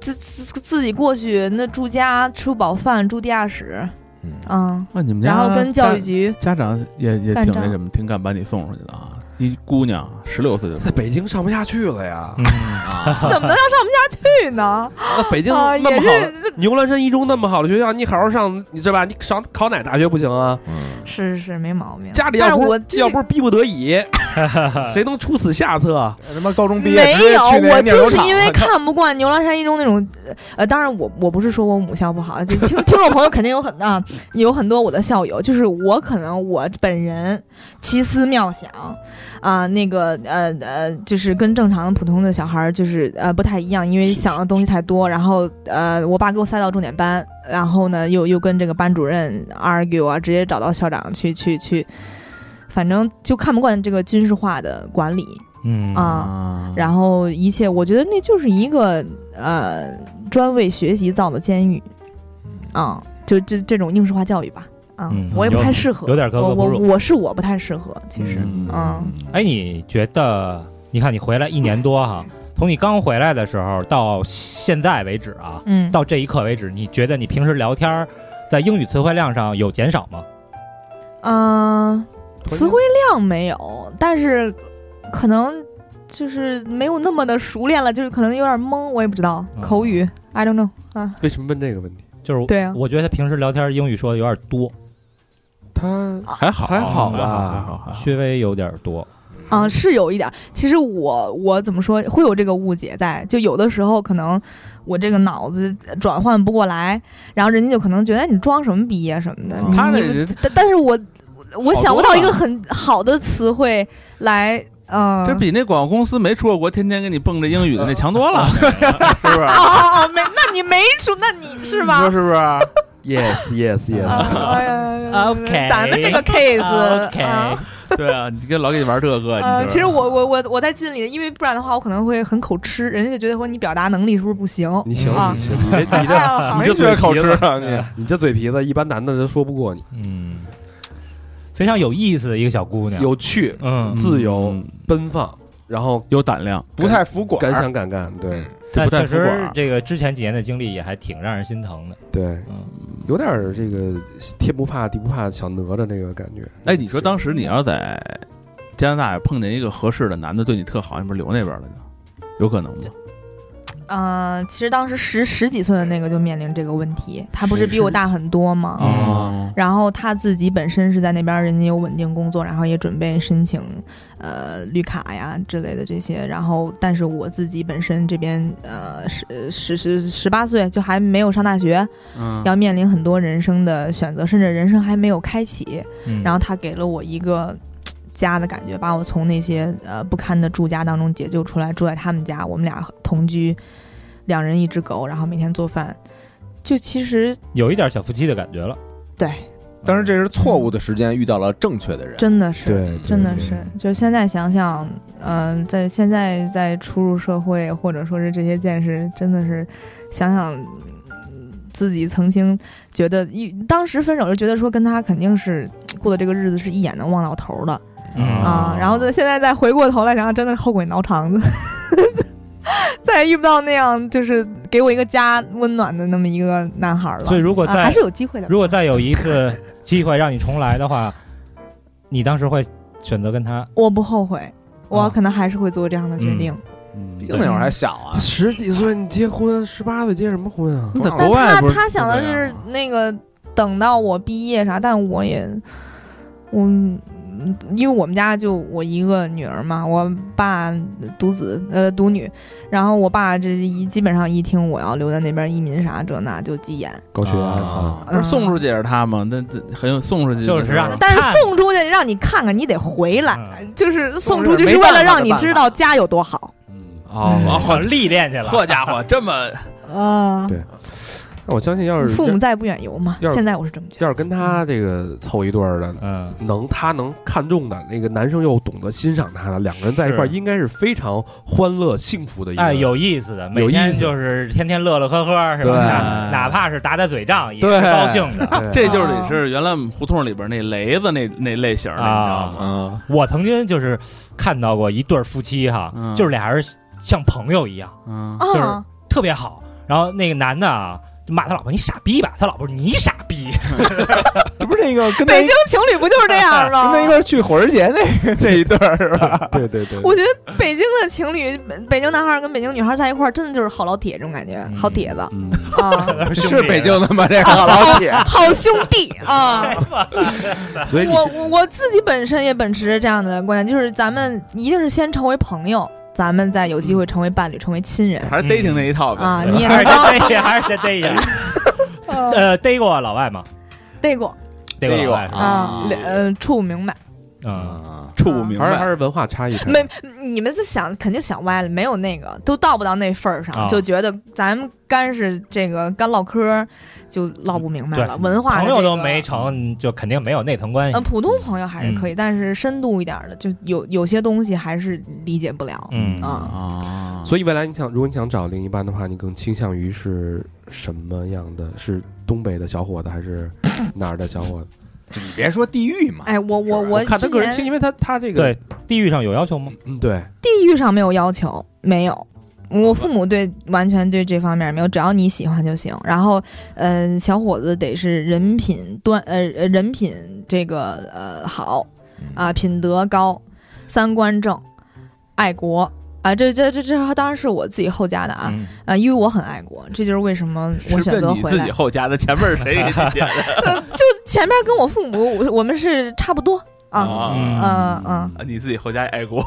Speaker 4: 自自自己过去，那住家吃不饱饭，住地下室，
Speaker 2: 嗯
Speaker 4: 嗯，
Speaker 5: 那你们家
Speaker 4: 然后跟教育
Speaker 5: 家
Speaker 1: [laughs]
Speaker 4: 局
Speaker 5: 家长也也
Speaker 4: 干
Speaker 5: 挺
Speaker 4: 仗
Speaker 5: 那什么，挺敢把你送出去的啊！一姑娘十六岁就
Speaker 1: 在北京上不下去了
Speaker 4: 嗯
Speaker 1: 呀！
Speaker 4: 怎么能让上不下去
Speaker 1: [laughs]
Speaker 4: 呢？
Speaker 1: 那北京
Speaker 4: 啊，
Speaker 1: 那
Speaker 4: 也
Speaker 1: 么好的，
Speaker 4: 是
Speaker 1: 牛栏山一中那么好的学校，你好好上，你是吧？你上考哪大学不行啊？
Speaker 2: 嗯
Speaker 4: 是是没毛病。
Speaker 1: 家里
Speaker 4: 但
Speaker 1: 要
Speaker 4: 是
Speaker 1: 不
Speaker 4: 我
Speaker 1: 是要不是逼不得已，谁能出此下策？
Speaker 2: 呃他妈高中毕业
Speaker 4: 没
Speaker 2: 直接
Speaker 4: 有
Speaker 2: 去，那
Speaker 4: 我
Speaker 2: 酿酒
Speaker 4: 就是
Speaker 2: 厂
Speaker 4: 因为
Speaker 2: 了
Speaker 4: 看不惯牛栏山一中那种，呃，当然我我不是说我母校不好，就听听众朋友肯定有很啊，有很多我的校友，就是我可能我本人奇思妙想啊、那个呃呃，就是跟正常普通的小孩儿就是呃不太一样，因为想的东西太多，然后呃我爸给我塞到重点班，然后呢又又跟这个班主任 argue 啊，直接找到校长去去去，反正就看不惯这个军事化的管理。
Speaker 3: 嗯
Speaker 4: 啊
Speaker 5: 啊
Speaker 4: 然后一切，我觉得那就是一个呃专为学习造的监狱，啊、就这这种应试化教育吧，啊、
Speaker 3: 嗯
Speaker 4: 我也不太适合，
Speaker 3: 有点格格
Speaker 4: 我
Speaker 3: 不
Speaker 4: 我
Speaker 3: 入
Speaker 4: 我是我不太适合，其实，
Speaker 5: 嗯
Speaker 4: 嗯
Speaker 3: 哎，你觉得？你看你回来一年多哈，从你刚回来的时候到现在为止啊，
Speaker 4: 嗯，
Speaker 3: 到这一刻为止，你觉得你平时聊天儿在英语词汇量上有减少吗？
Speaker 4: 嗯，词汇量没有，但是可能就是没有那么的熟练了，就是可能有点懵，我也不知道
Speaker 3: 嗯
Speaker 4: 口语、i don't know 啊，
Speaker 1: 为什么问这个问题？
Speaker 3: 就是
Speaker 4: 对啊
Speaker 3: 我觉得他平时聊天英语说的有点多，
Speaker 1: 他
Speaker 5: 还好
Speaker 1: 还好吧
Speaker 5: 还好还好
Speaker 3: 稍微有点多。
Speaker 4: 啊、是有一点儿。其实我我怎么说，会有这个误解在，就有的时候可能我这个脑子转换不过来，然后人家就可能觉得哎你装什么逼呀、什么的。你
Speaker 5: 哦他那
Speaker 4: 你
Speaker 5: 人
Speaker 4: 但但是我我
Speaker 5: 好
Speaker 4: 想不
Speaker 5: 多
Speaker 4: 到一
Speaker 5: 了
Speaker 4: 个很好的词汇来，嗯、
Speaker 5: 这比那广告公司没出过国，天天给你蹦着英语的那强多了，是不是？
Speaker 4: 哦哦哦，没，那你没说，那你是
Speaker 5: 你
Speaker 4: 吧
Speaker 5: 说？是不
Speaker 4: [laughs]
Speaker 5: 是？
Speaker 1: yes yes
Speaker 4: 啊
Speaker 1: yes，
Speaker 3: [laughs]
Speaker 4: 哎呀呀呀
Speaker 3: OK
Speaker 4: 咱们这个 case，啊
Speaker 3: OK，
Speaker 5: 对啊，你跟老给你玩这个，你
Speaker 4: 呃，
Speaker 5: 知道
Speaker 4: 其实
Speaker 5: 吧
Speaker 4: 我我我我在尽力，因为不然的话，我可能会很口吃，人家就觉得说你表达能力是不是不行？
Speaker 1: 你行
Speaker 4: 啊
Speaker 1: 你行，你这你
Speaker 4: 哎呀
Speaker 1: 这
Speaker 4: 好
Speaker 2: 没觉得口吃啊你？
Speaker 1: 你这嘴皮子，一般男的都说不过你。
Speaker 3: 嗯，非常有意思的一个小姑娘，
Speaker 1: 有趣、
Speaker 3: 嗯，
Speaker 1: 自由
Speaker 5: 嗯、
Speaker 1: 奔放，然后
Speaker 5: 有胆量，
Speaker 2: 不太服管
Speaker 1: 敢想敢干，对
Speaker 3: 但
Speaker 5: 不太
Speaker 3: 确
Speaker 5: 服管
Speaker 3: 实这个之前几年的经历也还挺让人心疼的。
Speaker 1: 对，有点儿这个天不怕地不怕小哪吒那个感觉。
Speaker 4: 嗯
Speaker 5: 哎，你说当时你要在加拿大碰见一个合适的男的，对你特好，你不是留那边了呢？有可能吗？
Speaker 4: 呃，其实当时十十几岁的那个就面临这个问题，他不是比我大很多吗？
Speaker 3: 嗯
Speaker 5: 哦，
Speaker 4: 然后他自己本身是在那边，人家有稳定工作，然后也准备申请，呃，绿卡呀之类的这些。然后，但是我自己本身这边，呃，十十十十八岁就还没有上大学，
Speaker 5: 嗯，
Speaker 4: 要面临很多人生的选择，甚至人生还没有开启。
Speaker 3: 嗯
Speaker 4: 然后他给了我一个家的感觉，把我从那些呃不堪的住家当中解救出来，住在他们家，我们俩同居，两人一只狗，然后每天做饭，就其实
Speaker 3: 有一点小夫妻的感觉了。
Speaker 4: 对
Speaker 2: 但是这是错误的时间遇到了正确的人，
Speaker 4: 真的是，
Speaker 1: 对，
Speaker 4: 真的
Speaker 1: 对
Speaker 4: 是，就是现在想想，嗯、在现在在初入社会，或者说是这些见识，真的是想想嗯自己曾经觉得一，当时分手就觉得说跟他肯定是过的这个日子是一眼能望到头的啊、
Speaker 3: 哦
Speaker 4: 然后在现在再回过头来想想，真的是后悔挠肠子， [laughs] 再也遇不到那样就是给我一个家温暖的那么一个男孩了。
Speaker 3: 所以如果
Speaker 4: 啊
Speaker 3: 在
Speaker 4: 还是有机会的，
Speaker 3: 如果再有一次机会让你重来的话，你当时会选择跟他？
Speaker 4: 我不后悔，
Speaker 3: 啊
Speaker 4: 我可能还是会做这样的决
Speaker 3: 嗯
Speaker 4: 定。
Speaker 2: 毕
Speaker 1: 嗯
Speaker 2: 竟那会儿还小啊，
Speaker 1: 十几岁你结婚，十八岁结什么婚
Speaker 3: 嗯
Speaker 1: 啊？
Speaker 2: 那
Speaker 4: 但
Speaker 2: 国外
Speaker 4: 他
Speaker 2: 不是
Speaker 4: 他想的是
Speaker 3: 啊
Speaker 4: 那个等到我毕业啥，但我也，我嗯因为我们家就我一个女儿嘛，我爸独子呃独女，然后我爸这一基本上一听我要留在那边移民啥这那就急眼，
Speaker 1: 高血压
Speaker 5: 啊
Speaker 4: 哦
Speaker 1: 啊，
Speaker 5: 不是送出去也是他吗？那那啊很有送出去
Speaker 3: 就是让你
Speaker 4: 但是
Speaker 3: 看
Speaker 4: 送出去让你看看，你得回来，
Speaker 3: 嗯
Speaker 4: 就是送
Speaker 2: 送
Speaker 4: 出
Speaker 2: 出去
Speaker 4: 去
Speaker 2: 没
Speaker 4: 是为
Speaker 2: 办法
Speaker 4: 了
Speaker 2: 的
Speaker 4: 让你
Speaker 2: 办
Speaker 4: 知
Speaker 2: 法
Speaker 4: 道家有多好
Speaker 1: 嗯，
Speaker 5: 哦，
Speaker 4: 嗯
Speaker 5: 哦
Speaker 3: 我历练去
Speaker 5: [laughs] 好家伙，这么
Speaker 4: [laughs] 啊
Speaker 1: 对那我相信要是
Speaker 4: 父母在不远游嘛，
Speaker 1: 要是
Speaker 4: 现在我是这么觉得。
Speaker 1: 要是跟他这个凑一对儿的，
Speaker 3: 嗯，
Speaker 1: 能他能看中的那个男生又懂得欣赏他的，两个人在一块儿
Speaker 3: 是
Speaker 1: 应该是非常欢乐幸福的一个。
Speaker 3: 哎，有意思的，每
Speaker 1: 有意
Speaker 3: 天
Speaker 1: 思
Speaker 3: 就是天天乐乐呵呵，是
Speaker 1: 对
Speaker 3: 吧？哪哪怕是打打嘴仗，也
Speaker 1: 对
Speaker 3: 是高兴
Speaker 4: 啊
Speaker 3: 的。
Speaker 1: 对
Speaker 5: 这就是得是原来我们胡同里边那雷子那那类型的，
Speaker 4: 啊
Speaker 5: 你知道吗？
Speaker 2: 嗯，
Speaker 3: 我曾经就是看到过一对夫妻哈，
Speaker 5: 嗯
Speaker 3: 就是俩人像朋友一样，
Speaker 5: 嗯，
Speaker 4: 啊，
Speaker 3: 就是特别好。然后那个男的啊，就骂他老婆你傻逼吧，他老婆说你傻逼，
Speaker 2: 这不是那个跟那
Speaker 4: 北京情侣不就是这 [laughs] 样吗？
Speaker 2: 跟他一块儿去火人节那个那一对儿是吧？
Speaker 1: 对对对，
Speaker 4: 我觉得北京的情侣，北北京男孩儿跟北京女孩儿在一块儿，真的就是好老铁这种感觉，
Speaker 3: 嗯
Speaker 4: 好 [laughs] 铁子
Speaker 1: 嗯，
Speaker 3: [laughs]
Speaker 4: 啊，
Speaker 3: 兄弟
Speaker 2: 是北京的吗？这个
Speaker 4: [laughs]
Speaker 2: 老铁，
Speaker 4: 好兄弟啊！
Speaker 1: 所以你
Speaker 4: 我
Speaker 1: 是
Speaker 4: 我我自己本身也秉持着这样的观点，就是咱们一定是先成为朋友，咱们再有机会成为伴侣，成为亲人
Speaker 5: 还是 dating 那一套呗。
Speaker 4: 啊！
Speaker 3: 对
Speaker 4: 你
Speaker 3: [laughs]
Speaker 4: 也嗯
Speaker 3: 还
Speaker 4: 能
Speaker 3: 是
Speaker 4: 当
Speaker 3: 先逮一下，还是先逮一下。呃，逮过老外吗？
Speaker 4: 对过
Speaker 3: 逮过老外是嗯吧？
Speaker 4: 啊，呃，处不明白，
Speaker 3: 嗯，
Speaker 5: 处不明
Speaker 1: 还是还
Speaker 5: 白，
Speaker 1: 是文化差异太大。
Speaker 4: 没你们这想肯定想歪了，没有那个都到不到那份儿
Speaker 3: 啊
Speaker 4: 上，就觉得咱们干是这个干唠嗑儿就唠不明白了，文化的
Speaker 3: 朋友
Speaker 4: 这
Speaker 3: 都
Speaker 4: 个
Speaker 3: 没成，嗯就肯定没有那层关系
Speaker 4: 呃，。普通朋友还是可以，但是深度一点儿的，就有有些东西还是理解不了。
Speaker 3: 嗯
Speaker 4: 啊，
Speaker 5: 啊
Speaker 1: 所以未来你想，如果你想找另一半的话，你更倾向于是什么样的？是东北的小伙子还
Speaker 4: [coughs]
Speaker 1: 是哪儿的小伙子？
Speaker 2: 你别说地狱嘛，
Speaker 4: 哎，我我
Speaker 2: 是吧
Speaker 4: 我
Speaker 1: 看他
Speaker 4: 之
Speaker 1: 个人
Speaker 4: 前
Speaker 1: 倾，因为他他这个
Speaker 3: 对，地域上有要求吗？
Speaker 1: 嗯对，
Speaker 4: 地域上没有要求，没有。我父母对完全对这方面没有，只要你喜欢就行。然后，呃，小伙子得是人品端，呃，呃人品这个呃好啊、品德高，三观正，爱国啊、这这这这当然是我自己后加的啊啊、
Speaker 3: 嗯，
Speaker 4: 因为我很爱国，这就是为什么我
Speaker 5: 是
Speaker 4: 选择
Speaker 5: 问你
Speaker 4: 回
Speaker 5: 自
Speaker 4: 来
Speaker 5: 己。后加的，前面谁给你写的？
Speaker 4: 前面跟我父母，我我们是差不多 [laughs] 啊，
Speaker 5: 啊
Speaker 4: 嗯嗯
Speaker 5: 啊你自己后加爱国，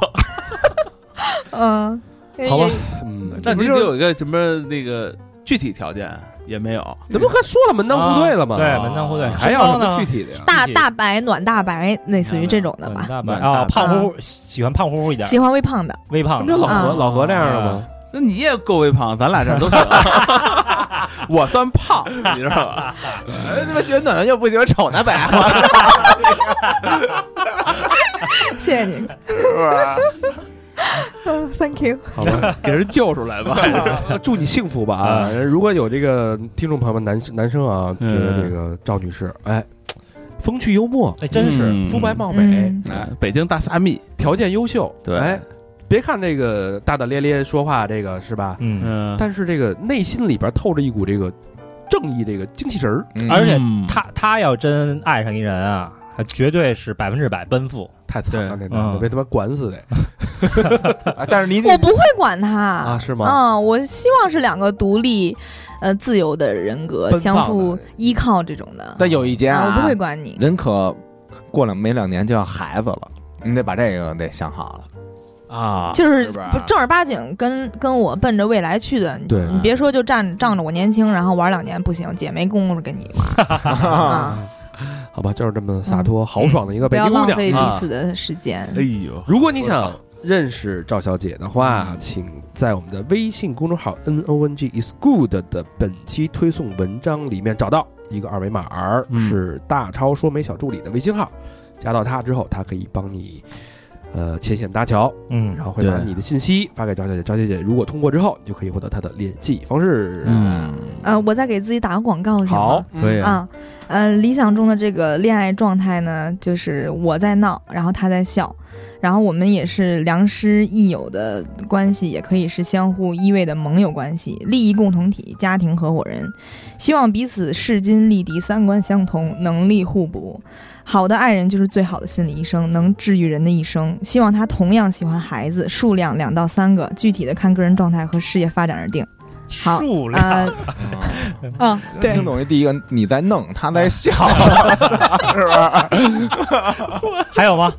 Speaker 4: 嗯，嗯
Speaker 1: 好吧
Speaker 4: 也，
Speaker 1: 嗯，
Speaker 5: 那
Speaker 2: 不
Speaker 5: 你
Speaker 2: 就
Speaker 5: 得
Speaker 2: 是
Speaker 5: 有一个什么那个具体条件也没有，
Speaker 1: 这不还说了门
Speaker 4: 啊
Speaker 1: 当户对了吗？
Speaker 3: 啊对，门当户对，
Speaker 1: 还要什么具体的呀？
Speaker 4: 大大白、暖大白，类似于这种的
Speaker 3: 嗯
Speaker 4: 吧。
Speaker 3: 大白
Speaker 5: 暖
Speaker 3: 啊，
Speaker 5: 大白
Speaker 3: 胖乎乎喜欢胖乎乎一点，
Speaker 4: 喜欢微胖的，
Speaker 3: 微
Speaker 1: 那
Speaker 3: 胖
Speaker 1: 不就
Speaker 3: 的。
Speaker 1: 老何
Speaker 4: 啊
Speaker 1: 老何这样的吗？
Speaker 5: 那你也够微胖，咱俩这儿都行。 [laughs] 我算胖，你知道吧？
Speaker 2: 哎他妈喜欢暖暖又不喜欢丑那呗，
Speaker 4: 谢谢 [laughs] 你
Speaker 2: 是不是？
Speaker 4: 嗯，Thank you。
Speaker 1: 好吧，
Speaker 5: 给人救出来吧。
Speaker 1: 祝你幸福吧啊！如果有这个听众朋友们，男男生啊，觉
Speaker 5: 嗯
Speaker 1: 得这个赵女士，哎，风趣幽默，
Speaker 3: 哎，真是
Speaker 5: 嗯
Speaker 1: 肤白貌美，
Speaker 4: 嗯
Speaker 5: 哎北京大萨蜜，
Speaker 1: 条件优秀，
Speaker 5: 对
Speaker 1: 哎，别看这个大大咧咧说话，这个是吧？
Speaker 3: 嗯，
Speaker 5: 嗯，
Speaker 1: 但是这个内心里边透着一股这个正义，这个精气神儿，
Speaker 3: 而且
Speaker 5: 嗯
Speaker 3: 他他要真爱上一人啊，他绝对是百分之百奔赴。
Speaker 1: 太惨了，那
Speaker 3: 对
Speaker 1: 男的
Speaker 3: 嗯
Speaker 1: 被他妈管死的
Speaker 2: 啊但是你得
Speaker 4: 我不会管他
Speaker 1: 啊，。是吗？
Speaker 4: 嗯，我希望是两个独立、呃自由的人格
Speaker 1: 奔放的
Speaker 4: 相互依靠这种的。
Speaker 2: 但有一节
Speaker 4: 啊，我
Speaker 2: 啊
Speaker 4: 不，会管你。
Speaker 2: 人可过两没两年就要孩子了，你得把这个得想好
Speaker 4: [laughs]
Speaker 2: 了。
Speaker 5: 啊，
Speaker 4: 就是
Speaker 2: 是不是
Speaker 4: 不正儿八经跟跟我奔着未来去的，你
Speaker 1: 对
Speaker 4: 你别说就仗仗着我年轻，然后玩两年不行，姐没工夫跟你玩啊，
Speaker 1: 好吧，就是这么洒脱豪爽的一个
Speaker 4: 嗯不
Speaker 1: 北
Speaker 4: 要
Speaker 1: 京姑
Speaker 4: 浪
Speaker 1: 娘
Speaker 4: 费彼
Speaker 1: 啊！
Speaker 4: 此的时间。
Speaker 5: 哎呦，
Speaker 1: 如果你想认识赵小姐的话，
Speaker 5: 嗯
Speaker 1: 请在我们的微信公众号 N O N G is good 的本期推送文章里面找到一个二维码儿，
Speaker 3: 嗯
Speaker 1: 是大超说媒小助理的微信号，加到他之后，他可以帮你呃牵线搭桥，
Speaker 3: 嗯，
Speaker 1: 然后会把
Speaker 2: 对
Speaker 1: 你的信息发给赵小姐，赵小姐如果通过之后，你就可以获得她的联系方式。
Speaker 2: 嗯，
Speaker 4: 呃，我再给自己打个广告行吗
Speaker 1: 好？
Speaker 2: 可以
Speaker 4: 啊，呃，理想中的这个恋爱状态呢，就是我在闹，然后他在笑，然后我们也是良师益友的关系，也可以是相互依偎的盟友关系，利益共同体、家庭合伙人，希望彼此势均力敌，三观相同，能力互补。好的爱人就是最好的心理医生，能治愈人的一生。希望他同样喜欢孩子，数量两到三个，具体的看个人状态和事业发展而定。好
Speaker 3: 数量、
Speaker 4: 呃，嗯，对，
Speaker 2: 听懂这第一个，你在弄，他在笑，是吧？
Speaker 3: 还有吗？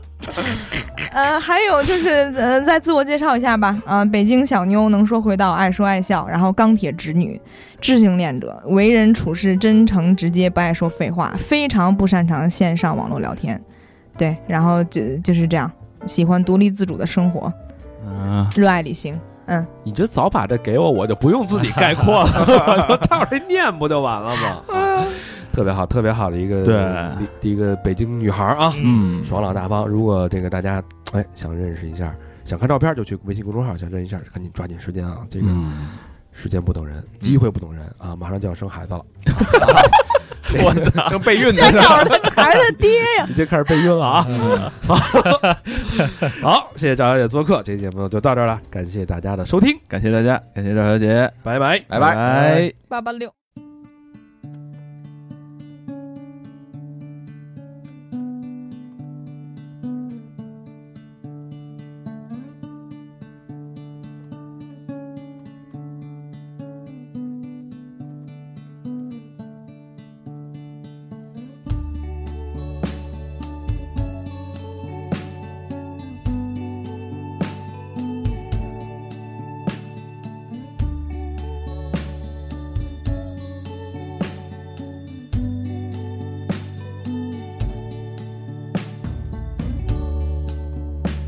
Speaker 4: 呃，还有就是，呃，再自我介绍一下吧。啊、北京小妞，能说会道，爱说爱笑，然后钢铁直女，知性恋者，为人处事真诚直接，不爱说废话，非常不擅长线上网络聊天。对，然后就就是这样，喜欢独立自主的生活，
Speaker 5: 嗯，
Speaker 4: 热爱旅行。
Speaker 1: 你这早把这给我，我就不用自己概括 [laughs] 了，我就照着念不就完了吗？啊 [laughs] 特别好，特别好的一个
Speaker 5: 对
Speaker 1: 第一个北京女孩儿啊，
Speaker 5: 嗯
Speaker 1: 爽朗大方。如果这个大家哎想认识一下，想看照片就去微信公众号，想认识一下赶紧抓紧时间啊！这个
Speaker 5: 嗯，
Speaker 1: 时间不等人，机会不等人啊！马上就要生孩子了，
Speaker 5: 我操，
Speaker 2: 正备孕呢
Speaker 4: 在，搞着孩子爹
Speaker 1: [laughs]
Speaker 4: 呀！
Speaker 1: 已经开始备孕了啊！好，谢谢赵小姐做客，这期节目就到这儿了，感谢大家的收听，
Speaker 5: 感谢大家，感谢赵小姐，
Speaker 1: 拜拜。
Speaker 2: 拜拜。
Speaker 5: 拜。
Speaker 4: 八八六。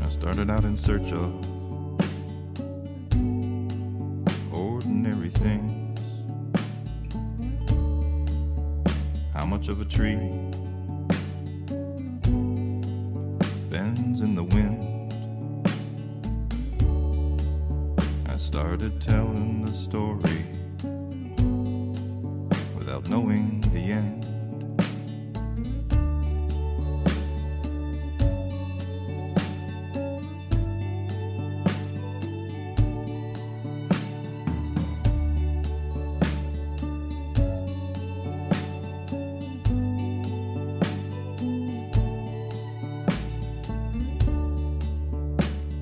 Speaker 7: I started out in search of ordinary things. How much of a tree bends in the wind? I started telling the story without knowing the end.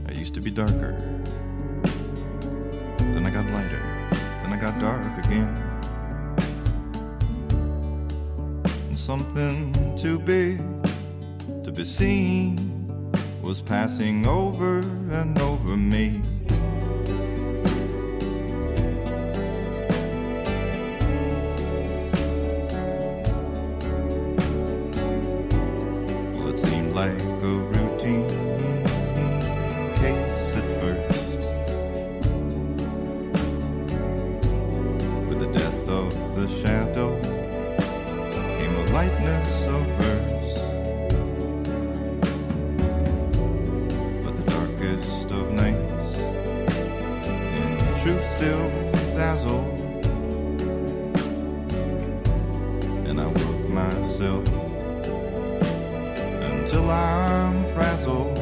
Speaker 7: I used to be darker. Then I got lighter. Then I got dark again. And something too big to be seen was passing over and over me. Well, it seemed like a routine case at first. With the death of the shadow came a lightness of verse. But the darkest of nights, in truth, still dazzled. And I work myself until I'm frazzled.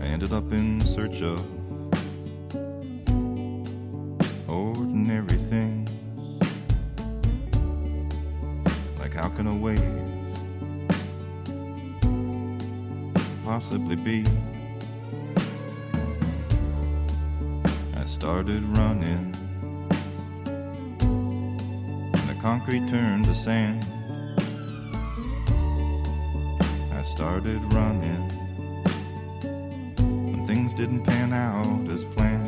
Speaker 7: I ended up in search of ordinary things. Like, how can a wave possibly be? I started running, and the concrete turned to sand. I started running when things didn't pan out as planned.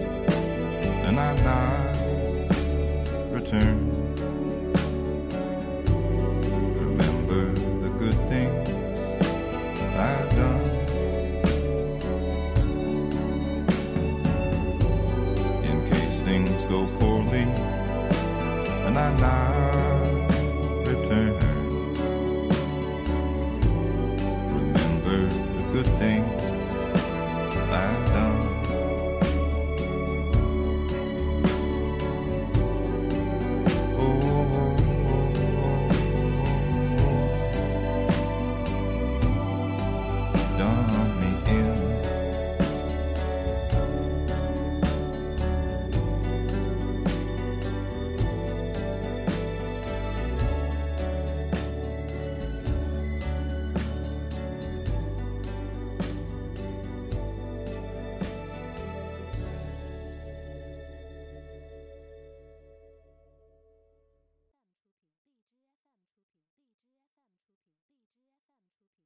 Speaker 7: shall not return. Remember the good things I've done. In case things go poorly, and I knock. Oh, oh,